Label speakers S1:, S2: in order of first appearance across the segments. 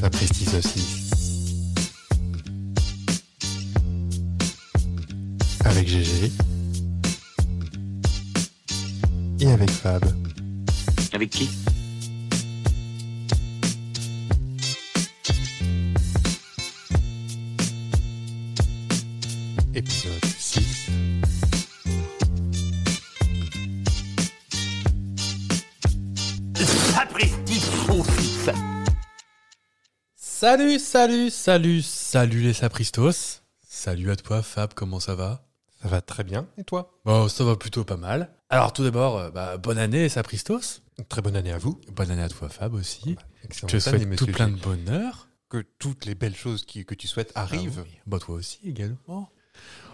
S1: sapristi saucisse. Avec GG. Et avec Fab.
S2: Avec qui
S1: Épisode 6.
S2: Sapristi saucisse
S3: Salut, salut, salut, salut les sapristos. Salut à toi Fab, comment ça va
S1: Ça va très bien. Et toi
S3: Bon, ça va plutôt pas mal. Alors tout d'abord, euh, bah, bonne année les sapristos.
S1: Très bonne année à vous. Bah,
S3: Bonne année à toi Fab aussi. Je
S1: Excellente
S3: te souhaite
S1: année,
S3: tout
S1: monsieur
S3: plein de
S1: G.
S3: bonheur.
S1: Que toutes les belles choses qui- que tu souhaites
S3: Ah
S1: arrivent.
S3: oui. Bah toi aussi également.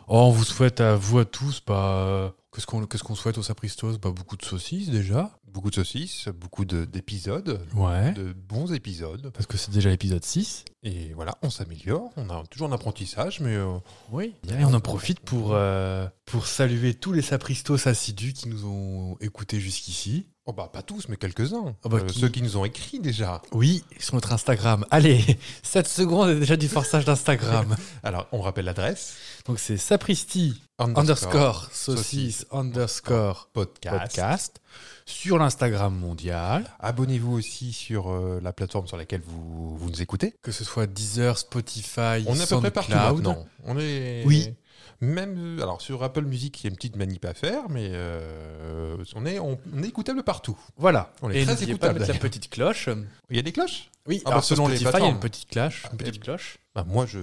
S3: Oh, on vous souhaite à vous à tous, bah, euh, qu'est-ce qu'on qu'est-ce qu'on souhaite aux sapristos Bah beaucoup de saucisses déjà.
S1: Beaucoup de saucisses, beaucoup de- d'épisodes,
S3: Ouais.
S1: de bons épisodes.
S3: Parce que c'est déjà l'épisode 6.
S1: Et voilà, on s'améliore. On a toujours un apprentissage, mais euh,
S3: Oui. Et on en profite pour, euh, pour saluer tous les sapristos assidus qui nous ont écoutés jusqu'ici.
S1: oh bah, pas tous, mais quelques-uns.
S3: Ah bah,
S1: Euh,
S3: qui-
S1: Ceux qui nous ont écrit déjà.
S3: Oui, sur notre Instagram. Allez, 7 secondes et déjà du forçage d'Instagram.
S1: Alors, on rappelle l'adresse.
S3: Donc c'est sapristi underscore saucisse underscore
S1: podcast.
S3: podcast sur l'Instagram mondial,
S1: Abonnez-vous aussi sur euh, la plateforme sur laquelle vous, vous nous écoutez.
S3: que ce soit Deezer, Spotify,
S1: On est à peu près partout
S3: SoundCloud.
S1: maintenant. On est...
S3: Oui.
S1: Même, euh, alors sur Apple Music, il y a une petite manip à faire, mais euh, on, est, on, on est écoutable partout.
S3: Voilà.
S1: On est
S3: et
S1: très
S3: n'oubliez pas de
S1: écoutable,
S3: mettre la
S1: d'ailleurs.
S3: petite cloche.
S1: Il y a des cloches
S3: Oui,
S1: Ah
S3: alors
S1: bah,
S3: sur
S1: selon les
S3: Spotify, il y a
S1: plateformes.
S3: une petite cloche.
S1: Ah,
S3: Une petite
S1: et-
S3: cloche.
S1: Bah, Moi, je,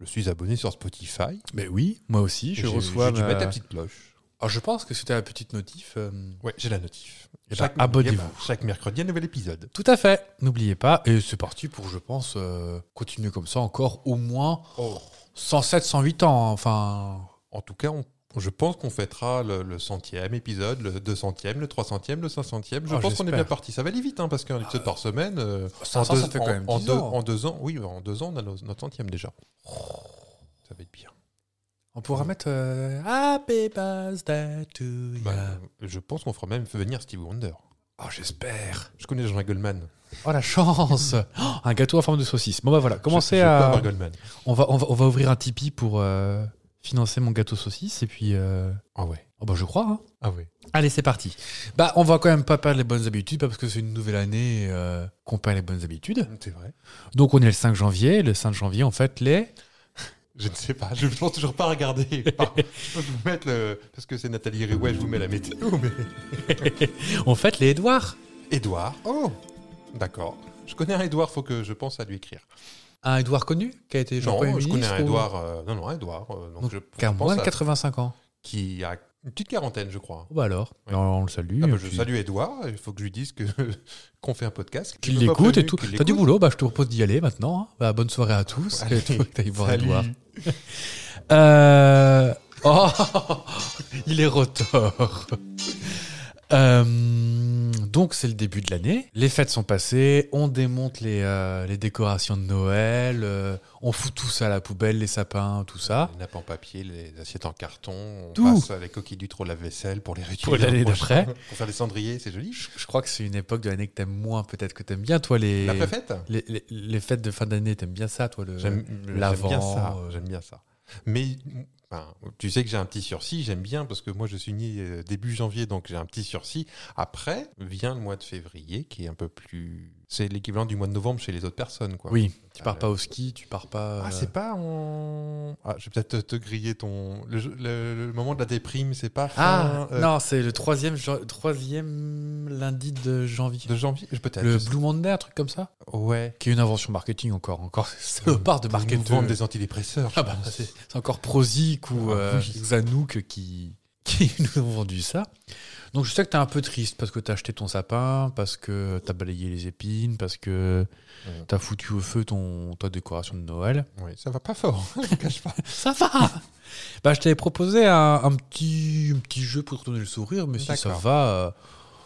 S1: je suis abonné sur Spotify.
S3: Mais oui, moi aussi, je
S1: J'ai-
S3: reçois.
S1: J'ai dû
S3: ma-
S1: mettre la petite cloche.
S3: Alors, je pense que c'était la petite notif. euh,
S1: Ouais, j'ai la notif.
S3: Eh ben,
S1: Chaque-
S3: abonnez-vous.
S1: eh ben, Chaque mercredi, un nouvel épisode.
S3: Tout à fait, n'oubliez pas. Et c'est parti pour, je pense, euh, continuer comme ça encore au moins 107, 108 ans. hein. Enfin,
S1: En tout cas, on- je pense qu'on fêtera le, le centième épisode, le 200e, le 300e, le 500e. Je
S3: Oh,
S1: pense qu'on est
S3: j'espère.
S1: bien parti. Ça va aller vite, hein, parce qu'un épisode par semaine. euh,
S3: 500,
S1: en deux,
S3: ça fait quand
S1: en-
S3: même
S1: en
S3: 10
S1: deux-
S3: ans.
S1: En deux ans, oui, en deux ans, on a nos- notre centième déjà. Ça va être bien.
S3: on pourra mettre euh, Happy Birthday to you.
S1: Bah, Je pense qu'on fera même venir Steve Wonder.
S3: Oh, j'espère.
S1: Je connais Jean Goldman.
S3: Oh, la chance. Oh, un gâteau en forme de saucisse. Bon, bah voilà,
S1: Je-
S3: commencez
S1: je peux
S3: à.
S1: avoir Goldman.
S3: On va, on, va, on va ouvrir un Tipeee pour euh, financer mon gâteau saucisse. Et puis. euh,
S1: Ah ouais.
S3: Oh, bah, je crois. hein.
S1: Ah ouais.
S3: Allez, c'est parti. Bah, on va quand même pas perdre les bonnes habitudes, parce que c'est une nouvelle année euh, qu'on perd les bonnes habitudes.
S1: C'est vrai.
S3: Donc on est le 5 janvier, le 5 janvier en fait les...
S1: Je ne sais pas. Je ne pense toujours pas regarder. Pardon. je vais vous mettre le... Parce que c'est Nathalie Riouet, je vous mets la météo. Mais...
S3: On fête les Édouard
S1: Édouard. Oh D'accord. Je connais un Édouard, faut que je pense à lui écrire.
S3: Un Édouard connu qui a été genre
S1: Non,
S3: Premier
S1: je connais
S3: ministre
S1: un
S3: ou-
S1: Édouard. euh, non, non, un Édouard. euh, donc
S3: Donc,
S1: je,
S3: Qui a
S1: je pense
S3: moins de
S1: à-
S3: 85 ans.
S1: Qui a une petite quarantaine, je crois.
S3: Oh, bah alors,
S1: Ouais.
S3: on le salue.
S1: Ah bah,
S3: et
S1: je
S3: puis-
S1: salue Édouard. Il faut que je lui dise que qu'on fait un podcast. Je
S3: Qu'il
S1: l'ai pas
S3: l'écoute et
S1: prévenu
S3: tout.
S1: qu'il
S3: T'as du
S1: l'écoute.
S3: boulot, bah je te propose d'y aller maintenant. hein. Bah, bonne soirée à tous.
S1: Allez,
S3: Et toi, que t'ailles voir
S1: salut.
S3: Édouard. Euh... Oh Il est retort. Euh, Donc c'est le début de l'année, les fêtes sont passées, on démonte les, euh, les décorations de Noël, euh, on fout tout ça à la poubelle, les sapins, tout ça.
S1: Les nappes en papier, les assiettes en carton, on
S3: Tout.
S1: passe à les coquilles du trop lave-vaisselle pour les réutiliser
S3: Pour l'année
S1: l'an prochain,
S3: d'après.
S1: Pour faire les cendriers, c'est joli.
S3: Je crois que c'est une époque de l'année que t'aimes moins, peut-être que t'aimes bien toi les,
S1: La préfète
S3: les, les- les fêtes de fin d'année, t'aimes bien ça toi le...
S1: J'aime j'aime
S3: l'avant,
S1: bien ça.
S3: euh.
S1: J'aime bien ça. Mais enfin, tu sais que j'ai un petit sursis, j'aime bien parce que moi je suis né euh, début janvier, donc j'ai un petit sursis. Après vient le mois de février qui est un peu plus. C'est l'équivalent du mois de novembre chez les autres personnes, quoi.
S3: Oui, tu
S1: Ah,
S3: pars
S1: le-
S3: pas au ski, tu pars pas...
S1: Ah,
S3: euh,
S1: c'est pas en. Ah, je vais peut-être te, te griller ton. Le, le- le moment de la déprime, c'est pas
S3: Ah,
S1: fin, euh,
S3: non, c'est le troisième, jan- troisième lundi de janvier.
S1: de janvier, Je- peut-être.
S3: Le
S1: je sais-
S3: Blue Monday, un truc comme ça
S1: Ouais.
S3: Qui est une invention marketing encore, encore. C'est part de
S1: Pour nous
S3: marketing.
S1: vendre des antidépresseurs. je
S3: Ah bah,
S1: pense.
S3: c'est c'est encore Prozic ou
S1: Ah
S3: euh,
S1: oui.
S3: Xanouk qui, qui nous ont vendu ça. Donc je sais que t'es un peu triste parce que t'as acheté ton sapin, parce que t'as balayé les épines, parce que
S1: Ouais.
S3: t'as foutu au feu ton, ta décoration de Noël.
S1: Ouais, ça va pas fort, je vous cache pas.
S3: Ça va Bah je t'avais proposé un, un petit, un petit jeu pour te donner le sourire, mais si ça
S1: D'accord.
S3: va, euh,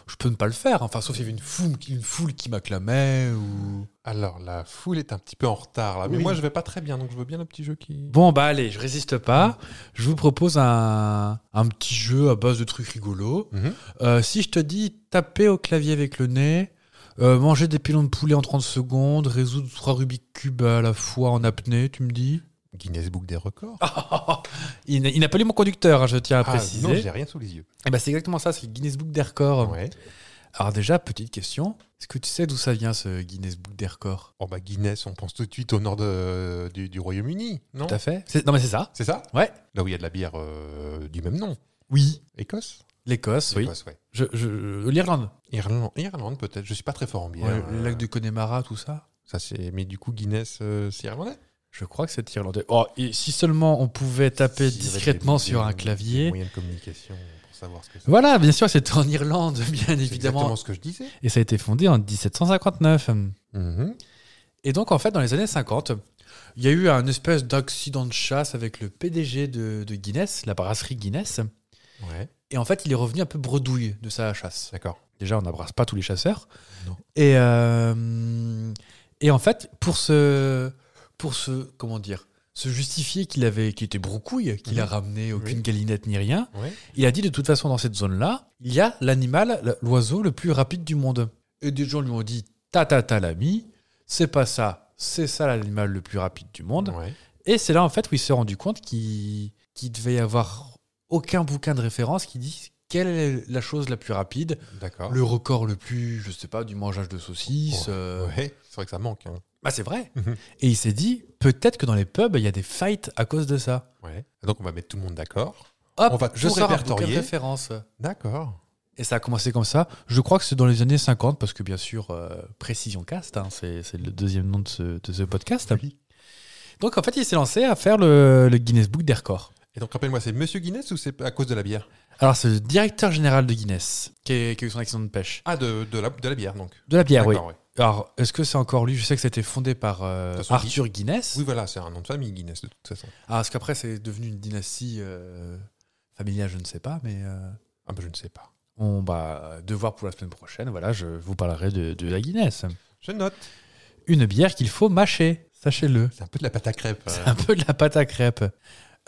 S3: je peux ne pas le faire. Enfin, sauf s'il y avait une foule, qui- une foule qui m'acclamait ou...
S1: Alors, la foule est un petit peu en retard, là. Mais
S3: Oui.
S1: moi, je vais pas très bien, donc je veux bien le petit jeu qui.
S3: Bon, bah allez, je résiste pas. Je vous propose un, un petit jeu à base de trucs rigolos.
S1: Mhm.
S3: Euh, si je te dis taper au clavier avec le nez, Euh, manger des pilons de poulet en 30 secondes, résoudre trois Rubik's Cube à la fois en apnée, tu me dis
S1: Guinness Book des records.
S3: Ah, Il n'a- il n'a pas lu mon conducteur, hein, je tiens à
S1: Ah,
S3: préciser.
S1: non, j'ai rien sous les yeux.
S3: Eh ben, c'est exactement ça, c'est le Guinness Book des records.
S1: Ouais.
S3: Alors déjà, petite question, est-ce que tu sais d'où ça vient ce Guinness Book des records
S1: Oh bah Guinness, on pense tout de suite au nord de- du, du Royaume-Uni, non
S3: Tout à fait. C'est- Non mais c'est ça
S1: C'est ça
S3: Ouais.
S1: Là où il y a de la bière euh, du même nom.
S3: Oui.
S1: Écosse
S3: L'Écosse, oui.
S1: Écosse, ouais.
S3: Je, je- L'Irlande.
S1: Irlande, Irlande peut-être. Je suis pas très fort en bière.
S3: Ouais, le
S1: euh,
S3: lac du Connemara, tout ça.
S1: Ça c'est. Mais du coup Guinness, euh, c'est irlandais.
S3: Je crois que c'est irlandais. Oh, et si seulement on pouvait taper
S1: S'il y avait
S3: discrètement
S1: des-
S3: sur
S1: des-
S3: un
S1: des
S3: clavier.
S1: Moyens de communication pour savoir ce que c'est.
S3: Voilà, bien sûr, c'était en Irlande, bien
S1: C'est
S3: évidemment.
S1: Exactement ce que je disais.
S3: Et ça a été fondé en 1759.
S1: Mhm.
S3: Et donc, en fait, dans les années 50, il y a eu un espèce d'accident de chasse avec le PDG de, de Guinness, la brasserie Guinness.
S1: Ouais.
S3: Et en fait, il est revenu un peu bredouille de sa chasse.
S1: D'accord.
S3: Déjà, on n'abrasse pas tous les chasseurs.
S1: Non.
S3: Et, euh, et en fait, pour se, pour se, comment dire, se justifier qu'il avait, qu'il était broucouille, qu'il a
S1: Mhm.
S3: ramené aucune
S1: Oui.
S3: galinette ni rien,
S1: Ouais.
S3: il a dit de toute façon dans cette zone-là, il y a l'animal, la- l'oiseau le plus rapide du monde. Et des gens lui ont dit, ta ta ta l'ami, c'est pas ça, c'est ça l'animal le plus rapide du monde.
S1: Ouais.
S3: Et c'est là en fait où il s'est rendu compte qu'il qu'il devait y avoir aucun bouquin de référence qui dit quelle est la chose la plus rapide,
S1: D'accord.
S3: le record le plus, je sais pas, du mangeage de saucisses. euh,
S1: Ouais. C'est vrai que ça manque. hein.
S3: Bah c'est vrai.
S1: Mhm.
S3: Et il s'est dit, peut-être que dans les pubs, il y a des fights à cause de ça.
S1: Ouais. Ah, Donc on va mettre tout le monde d'accord.
S3: Hop,
S1: On va
S3: je
S1: tout
S3: sors un bouquin de
S1: répertorier.
S3: référence.
S1: D'accord.
S3: Et ça a commencé comme ça. Je crois que c'est dans les années 50, parce que bien sûr, euh, Précision Cast, hein, c'est c'est le deuxième nom de ce, de ce podcast.
S1: Oui.
S3: Donc en fait, il s'est lancé à faire le, le Guinness Book des records.
S1: Et donc rappelle-moi, c'est Monsieur Guinness ou c'est à cause de la bière
S3: Alors c'est le directeur général de Guinness qui a, qui a eu son accident de pêche.
S1: Ah, de, de la, de la bière donc.
S3: De la bière, oui.
S1: D'accord, ouais.
S3: Alors est-ce que c'est encore lui Je sais que c'était fondé par euh,
S1: De toute façon,
S3: Arthur Guinness.
S1: Oui, voilà, c'est un nom de famille Guinness de toute façon.
S3: Ah, est-ce qu'après c'est devenu une dynastie euh, familiale Je ne sais pas, mais... euh,
S1: Ah, bah, je ne sais pas.
S3: On va devoir pour la semaine prochaine. Voilà, je vous parlerai de, de la Guinness.
S1: Je note.
S3: Une bière qu'il faut mâcher, sachez-le.
S1: C'est un peu de la pâte à crêpes.
S3: C'est
S1: euh.
S3: un peu de la pâte à crêpes.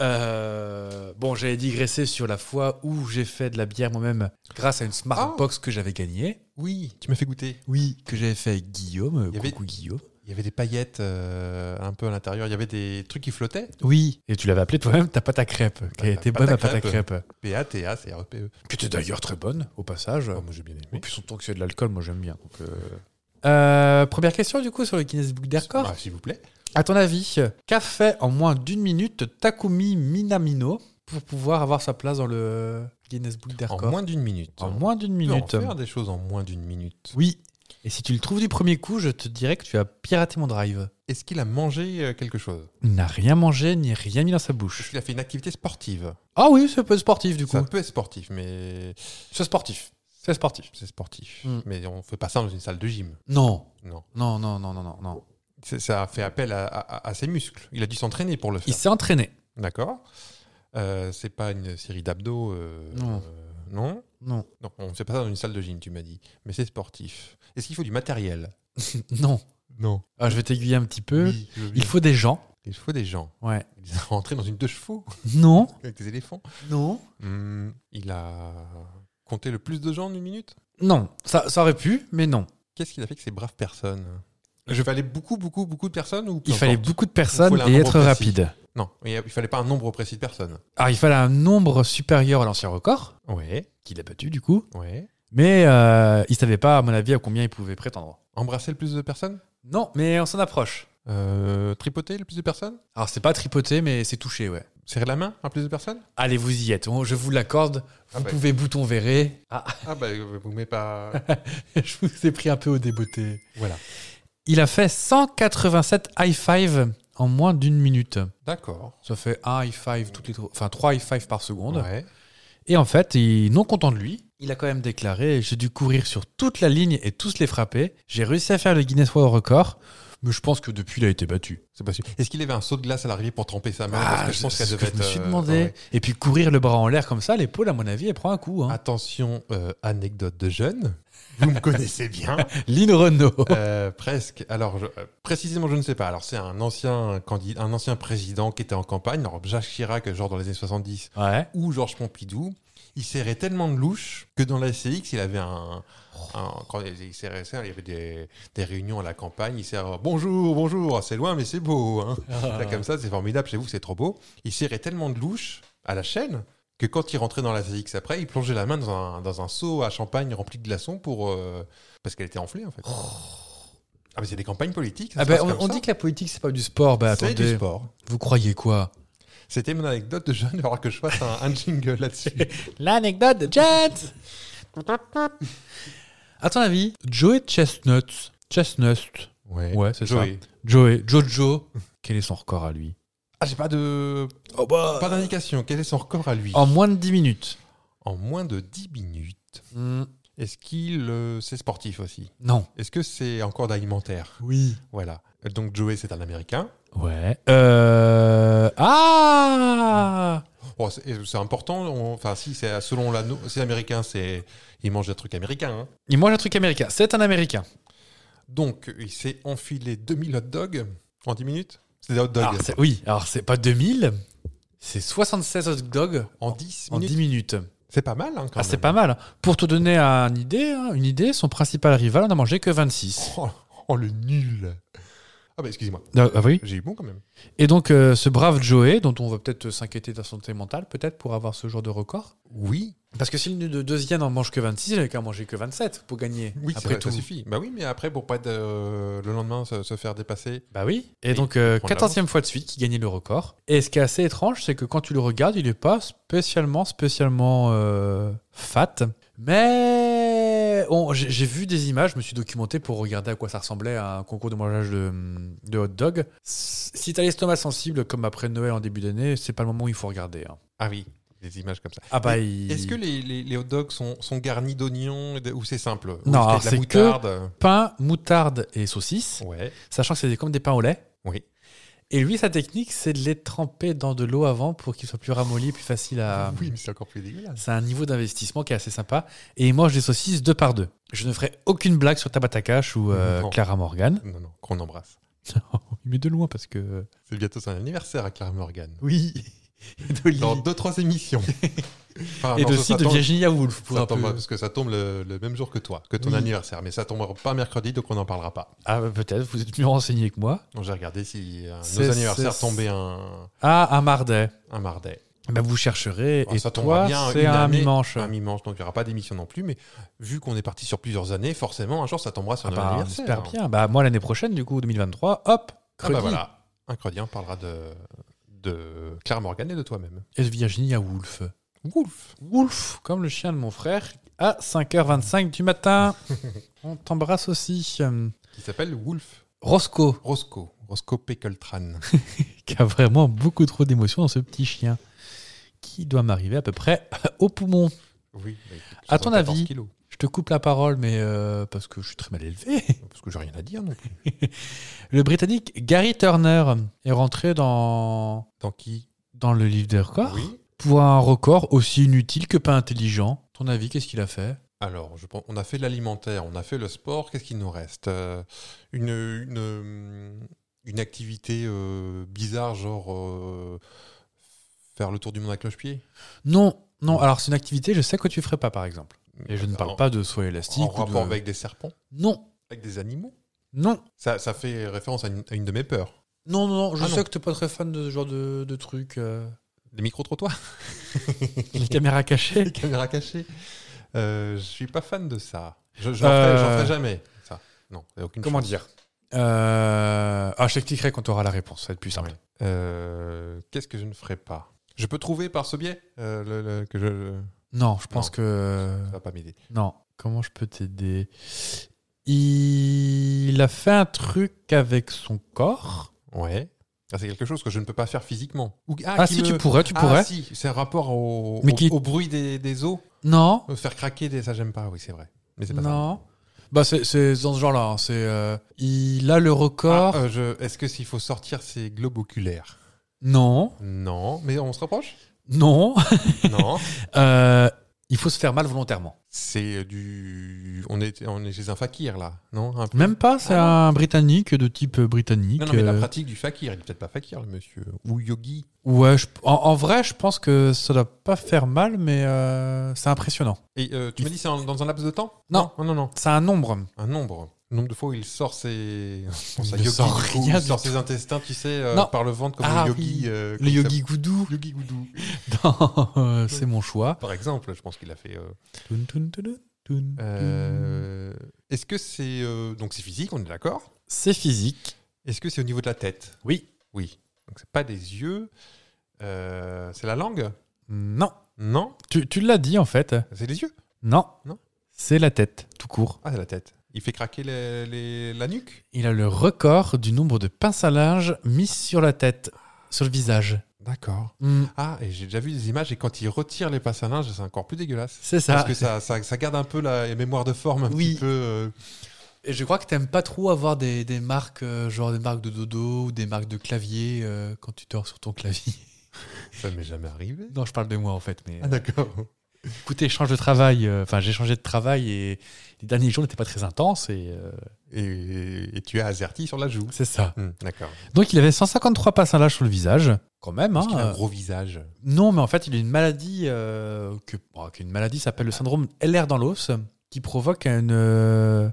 S3: Euh, bon, j'avais digressé sur la fois où j'ai fait de la bière moi-même grâce à une Smartbox que j'avais gagnée.
S1: Ah. Oui, tu m'as fait goûter.
S3: Oui, que j'avais fait avec Guillaume. euh,
S1: Il y avait-
S3: Coucou Guillaume.
S1: Il y avait des paillettes euh, un peu à l'intérieur. Il y avait des trucs qui flottaient.
S3: Oui. Et tu l'avais appelé toi-même ta pâte à crêpes, qui a
S1: la
S3: été
S1: pâte
S3: bonne
S1: à
S3: la pâte à
S1: crêpes.
S3: crêpes.
S1: PA, TA, CRPE.
S3: Qui était d'ailleurs très bonne, au passage.
S1: Ah, moi, j'ai bien
S3: Et
S1: aimé.
S3: puis surtout que c'est de l'alcool, moi j'aime bien. donc, euh. Euh, première question du coup sur le Guinness Book des records.
S1: Ah, S'il vous plaît.
S3: À ton avis, qu'a fait en moins d'une minute Takumi Minamino pour pouvoir avoir sa place dans le Guinness Book des
S1: En
S3: records
S1: moins d'une minute.
S3: En moins d'une
S1: On peut
S3: minute.
S1: en faire des choses en moins d'une minute.
S3: Oui. Et si tu le trouves du premier coup, je te dirais que tu as piraté mon drive.
S1: Est-ce qu'il a mangé euh, quelque chose
S3: Il n'a rien mangé ni rien mis dans sa
S1: Est-ce
S3: bouche.
S1: qu'il a fait une activité sportive
S3: Ah oui, c'est peu sportif du
S1: Ça
S3: coup.
S1: peut être sportif, mais
S3: C'est sportif. C'est sportif.
S1: c'est sportif.
S3: Mm.
S1: Mais on ne fait pas ça dans une salle de gym.
S3: Non.
S1: Non.
S3: Non, non, non, non, non, non.
S1: C'est- Ça fait appel à, à- à ses muscles. Il a dû s'entraîner pour le
S3: Il
S1: faire.
S3: s'est entraîné.
S1: D'accord Euh, C'est pas une série d'abdos. euh,
S3: Non.
S1: euh, non
S3: Non.
S1: Non, on ne fait pas ça dans une salle de gym, tu m'as dit. Mais c'est sportif. Est-ce qu'il faut du matériel
S3: Non.
S1: Non.
S3: Ah, je vais t'aiguiller un petit peu.
S1: Oui, je veux bien.
S3: Il faut des gens.
S1: Il faut des gens.
S3: Ouais.
S1: Il est rentré dans une deux chevaux
S3: Non.
S1: avec des éléphants.
S3: Non.
S1: Hmm, il a compté le plus de gens en une minute
S3: Non. Ça, ça aurait pu, mais non.
S1: Qu'est-ce qu'il a fait que ces braves personnes Je fallait beaucoup, beaucoup, beaucoup de personnes ou peu
S3: Il fallait
S1: importe
S3: beaucoup de personnes
S1: Il faut un
S3: et
S1: nombre
S3: être
S1: précis.
S3: rapide.
S1: Non, il il fallait pas un nombre précis de personnes.
S3: Alors, il fallait un nombre supérieur à l'ancien record,
S1: Ouais,
S3: qu'il a battu du coup,
S1: ouais.
S3: mais euh, il savait pas, à mon avis, à combien il pouvait prétendre.
S1: Embrasser le plus de personnes
S3: Non, mais on s'en approche.
S1: Euh, Tripoter le plus de personnes
S3: Alors, c'est pas tripoter, mais c'est toucher, ouais.
S1: Serrer la main à plus de personnes
S3: Allez, vous y êtes, on- je vous l'accorde. Vous
S1: Ah bah.
S3: pouvez bouton verré. Ah,
S1: Ah bah euh, vous mettez pas...
S3: je vous ai pris un peu au débeauté.
S1: voilà.
S3: Il a fait 187 high five en moins d'une minute.
S1: D'accord.
S3: Ça fait un high five toutes les, trois- enfin trois high five par seconde.
S1: Ouais.
S3: Et en fait, il- non content de lui, il a quand même déclaré J'ai dû courir sur toute la ligne et tous les frapper. J'ai réussi à faire le Guinness World Record, Mais je pense que depuis, il a été battu.
S1: C'est pas sûr. Est-ce qu'il avait un seau de glace à l'arrivée pour tremper sa main
S3: Ah,
S1: Parce que je pense qu'elle devait
S3: je me
S1: être,
S3: suis
S1: euh,
S3: demandé.
S1: ouais.
S3: Et puis courir le bras en l'air comme ça, l'épaule, à mon avis, elle prend un coup. Hein.
S1: Attention, euh, anecdote de jeune. Vous me connaissez bien.
S3: Lynn Renault.
S1: Euh, presque. Alors, je- euh, précisément, je ne sais pas. Alors, c'est un ancien candidat, un ancien président qui était en campagne. Alors, Jacques Chirac, genre dans les années 70,
S3: Ouais.
S1: ou Georges Pompidou. Il serrait tellement de louches que dans la CX, il avait un. un- quand il il serrait ça, il y avait des, des réunions à la campagne. Il serrait bonjour, bonjour, c'est loin, mais c'est beau. hein.
S3: Euh.
S1: Là, comme ça, c'est formidable, chez vous, c'est trop beau. Il serrait tellement de louches à la chaîne que quand il rentrait dans la CX après, il plongeait la main dans un, dans un seau à champagne rempli de glaçons pour. euh, parce qu'elle était enflée, en fait. Ah, mais c'est des campagnes politiques. ça
S3: Oh. Ah
S1: se
S3: ben,
S1: passe
S3: on,
S1: comme
S3: on
S1: ça.
S3: dit que la politique, c'est pas du sport. Bah
S1: c'est
S3: attendez,
S1: du sport.
S3: vous croyez quoi
S1: C'était mon anecdote de jeune, il va falloir que je fasse un, un jingle là-dessus.
S3: L'anecdote de Jets À ton avis, Joey Chestnut. Chestnut. Ouais, c'est ça.
S1: Joey.
S3: Joey. Jojo. Quel est son record à lui
S1: Ah, j'ai pas de. Pas d'indication. Quel est son record à lui
S3: En moins de 10 minutes.
S1: En moins de 10 minutes.
S3: Hmm,
S1: Est-ce qu'il. euh, c'est sportif aussi
S3: Non.
S1: Est-ce que c'est encore d'alimentaire
S3: Oui.
S1: Voilà. Donc, Joey, c'est un américain.
S3: Ouais. Euh... Ah
S1: Oh, c'est c'est important. on- Enfin, si, c'est selon la. no- C'est américain, c'est. Il mange des trucs américains. hein.
S3: Il mange un truc américain. C'est un américain.
S1: Donc, il s'est enfilé 2000 hot dogs en 10 minutes C'est des hot dogs.
S3: Alors, c'est- oui, alors c'est pas 2000, c'est 76 hot dogs
S1: En 10
S3: en
S1: minutes.
S3: 10 minutes.
S1: C'est pas mal, hein, quand
S3: Ah, c'est
S1: même.
S3: pas mal. Pour te donner un idée, hein, une idée, son principal rival en a mangé que 26.
S1: Oh, oh, le nul Ah, bah, excusez-moi.
S3: Ah, ah oui.
S1: J'ai eu bon quand même.
S3: Et donc, euh, ce brave Joey, dont on va peut-être s'inquiéter de sa santé mentale, peut-être pour avoir ce genre de record.
S1: Oui.
S3: Parce que si le deuxième n'en mange que 26, il n'avait qu'à manger que 27 pour gagner.
S1: Oui, c'est
S3: après
S1: vrai,
S3: tout.
S1: ça suffit. Bah oui, mais après, pour pas être, euh, le lendemain se, se faire dépasser.
S3: Bah oui. Et,
S1: Et
S3: donc, euh,
S1: prendre
S3: 14e fois de suite, qui gagnait le record. Et ce qui est assez étrange, c'est que quand tu le regardes, il n'est pas spécialement, spécialement euh, fat. Mais on- j'ai j'ai vu des images, je me suis documenté pour regarder à quoi ça ressemblait à un concours de mangeage de, mm, de hot dog. Si t'as l'estomac sensible, comme après Noël en début d'année, c'est pas le moment où il faut regarder. hein.
S1: Ah oui, des images comme ça.
S3: Ah bah,
S1: Et
S3: il-
S1: Est-ce que les, les- les hot dogs sont, sont garnis d'oignons et de- ou c'est simple Ou est-ce qu'il
S3: Non,
S1: y a de
S3: alors c'est
S1: la
S3: que-
S1: moutarde.
S3: pain, moutarde et saucisse,
S1: Ouais.
S3: sachant que c'est des- comme des pains au lait.
S1: Oui.
S3: Et lui, sa technique, c'est de les tremper dans de l'eau avant pour qu'ils soient plus ramollis, plus faciles à.
S1: Oui, mais c'est encore plus dégueulasse.
S3: C'est un niveau d'investissement qui est assez sympa. Et il mange des saucisses deux par deux. Je ne ferai aucune blague sur Tabata Cash ou euh,
S1: Non.
S3: Clara Morgan.
S1: Non, non, qu'on embrasse.
S3: Mais de loin parce que. euh,
S1: C'est bientôt son anniversaire à Clara Morgan.
S3: Oui. D'Oli.
S1: Dans deux, trois émissions. Enfin,
S3: Et
S1: non,
S3: de
S1: ça,
S3: site
S1: ça
S3: de
S1: tombe-
S3: Virginia Woolf. Pour
S1: ça
S3: un peu-
S1: tombe- Parce que ça tombe le, le même jour que toi, que ton
S3: Oui.
S1: anniversaire. Mais ça tombera pas mercredi, donc on n'en parlera pas.
S3: Ah, bah, peut-être, vous êtes mieux renseigné que moi.
S1: Donc, J'ai regardé si euh,
S3: C'est-
S1: nos anniversaires
S3: c'est-
S1: tombaient un,
S3: Ah, un mardi.
S1: un mardi.
S3: Bah, vous chercherez.
S1: Ah,
S3: et
S1: ça tombera
S3: toi,
S1: bien
S3: c'est
S1: une
S3: un
S1: année-
S3: dimanche.
S1: Un dimanche, donc il n'y aura pas d'émission non plus. Mais vu qu'on est parti sur plusieurs années, forcément, un jour, ça tombera sur
S3: Ah
S1: notre
S3: bah, on
S1: anniversaire.
S3: espère bien. Bah, moi, l'année prochaine, du coup, 2023, hop,
S1: Ah
S3: Credi
S1: bah voilà, un crédit, on parlera de, de Claire Morgan et de toi-même.
S3: et de Virginia Woolf. Woolf Woolf, comme le chien de mon frère, à 5h25 du matin. on t'embrasse aussi. Hum,
S1: Qui s'appelle Wolf
S3: Roscoe,
S1: Roscoe. Roscoe Pekeltran.
S3: qui a vraiment beaucoup trop d'émotions dans ce petit chien, qui doit m'arriver à peu près au poumon.
S1: oui. bah,
S3: À ton
S1: 74
S3: avis-
S1: kilos.
S3: Je te coupe la parole, mais euh, parce que je suis très mal élevé.
S1: Parce que j'ai rien à dire non plus.
S3: Le Britannique Gary Turner est rentré dans,
S1: Tant qui
S3: dans le livre des records
S1: Oui.
S3: pour un record aussi inutile que pas intelligent. Ton avis, qu'est-ce qu'il a fait
S1: Alors, je pense, on a fait l'alimentaire, on a fait le sport, qu'est-ce qu'il nous reste Euh, une, une, euh, une activité euh, bizarre, genre euh, faire le tour du monde à cloche-pied
S3: Non, non. Alors c'est une activité, je sais que tu ferais pas, par exemple. Et je ne
S1: En-
S3: parle pas de saut élastique.
S1: Ah, En
S3: ou de-
S1: rapport avec des serpents
S3: Non,
S1: Avec des animaux
S3: non,
S1: ça, ça fait référence à une, à une de mes peurs.
S3: non, non. non, Je
S1: Ah
S3: sais
S1: non.
S3: que t'es pas très fan de ce genre de, de trucs. euh,
S1: Des micro-trottoirs
S3: Les caméras cachées.
S1: Des caméras cachées euh, Je suis pas fan de ça. Je n'en ferai, j'en
S3: Euh.
S1: ferai jamais. Ça. Non, il y a aucune chance.
S3: dire euh... Ah, je t'expliquerai quand tu auras la réponse. Ça va être plus simple.
S1: Euh, Qu'est-ce que je ne ferai pas Je peux trouver par ce biais euh, le- le- que je.
S3: Non, je pense
S1: Non.
S3: que
S1: Ça va pas m'aider.
S3: non. Comment je peux t'aider Il a fait un truc avec son corps.
S1: Ouais. Ah, c'est quelque chose que je ne peux pas faire physiquement. Ou-
S3: Ah,
S1: qui
S3: si
S1: me-
S3: tu pourrais, tu
S1: Ah,
S3: pourrais.
S1: si, c'est un rapport au,
S3: Mais
S1: au-
S3: qui-
S1: au bruit des, des os.
S3: Non,
S1: Euh, Faire craquer des. Ça, j'aime pas, oui, c'est vrai. Mais c'est pas ça.
S3: non. Bah, c'est- c'est dans ce genre-là. hein. C'est, euh, il a le record.
S1: Ah, euh, je- Est-ce que s'il faut sortir ses globes oculaires
S3: Non,
S1: Non. Mais on se rapproche
S3: non.
S1: Non.
S3: Euh, il faut se faire mal volontairement.
S1: C'est euh, du. On est, on est chez un fakir, là, Ah non Un peu.
S3: Même pas, c'est un Britannique de type euh, britannique.
S1: Non, non, mais la
S3: euh,
S1: pratique du fakir, il est peut-être pas fakir, le monsieur. Ou yogi.
S3: Ouais, je- en, en vrai, je pense que ça doit pas faire mal, mais euh, c'est impressionnant.
S1: Et euh, tu me dis, c'est en- dans un laps de temps
S3: Non.
S1: Non, non, non.
S3: C'est un nombre.
S1: Un nombre. Le nombre de fois où il sort ses. Je pense à
S3: Il ne
S1: yogi,
S3: sort
S1: où
S3: rien
S1: il
S3: du
S1: sort
S3: tout.
S1: ses intestins, tu sais, euh,
S3: Non.
S1: par le ventre, comme
S3: Ah,
S1: le yogi.
S3: oui.
S1: euh,
S3: Le
S1: comme ça-
S3: yogi goudou.
S1: Yogi Goudou.
S3: dans, euh, c'est mon choix.
S1: Par exemple, je pense qu'il a fait. euh,
S3: Toun, toun, toun, toun, toun.
S1: euh,
S3: Mm.
S1: Est-ce que c'est. euh, Donc c'est physique, on est d'accord
S3: C'est physique.
S1: Est-ce que c'est au niveau de la tête
S3: Oui.
S1: Oui. Donc c'est pas des yeux. Euh, c'est la langue
S3: Non.
S1: Non
S3: Tu, tu l'as dit en fait.
S1: C'est les yeux
S3: Non.
S1: Non.
S3: C'est la tête, tout court.
S1: Ah, c'est la tête. Il fait craquer les- les- la nuque
S3: Il a le record du nombre de pinces à linge mises sur la tête, sur le visage.
S1: D'accord.
S3: Hmm,
S1: Ah, et j'ai déjà vu des images, et quand il retire les pinces à linge, c'est encore plus dégueulasse.
S3: c'est ça.
S1: Parce que ça, ça, ça garde un peu la mémoire de forme, un
S3: Oui.
S1: petit peu. euh,
S3: Et je crois que t'aimes pas trop avoir des, des marques, euh, genre des marques de dodo ou des marques de clavier euh, quand tu dors sur ton clavier.
S1: Ça m'est jamais arrivé.
S3: non, je parle de moi en fait, mais.
S1: Ah, d'accord.
S3: Écoutez, change de travail. euh, Enfin, j'ai changé de travail et les derniers jours n'étaient pas très intenses et euh,
S1: Et, et tu as azerti sur la joue.
S3: c'est ça.
S1: Hmm, d'accord.
S3: Donc, il avait 153 passes à l'âge sur le visage, quand même.
S1: Parce
S3: hein,
S1: qu'il a
S3: euh,
S1: un gros visage.
S3: Non, mais en fait, il a une maladie euh, que bon, qu'une maladie s'appelle le syndrome LR dans l'os, qui provoque une, euh,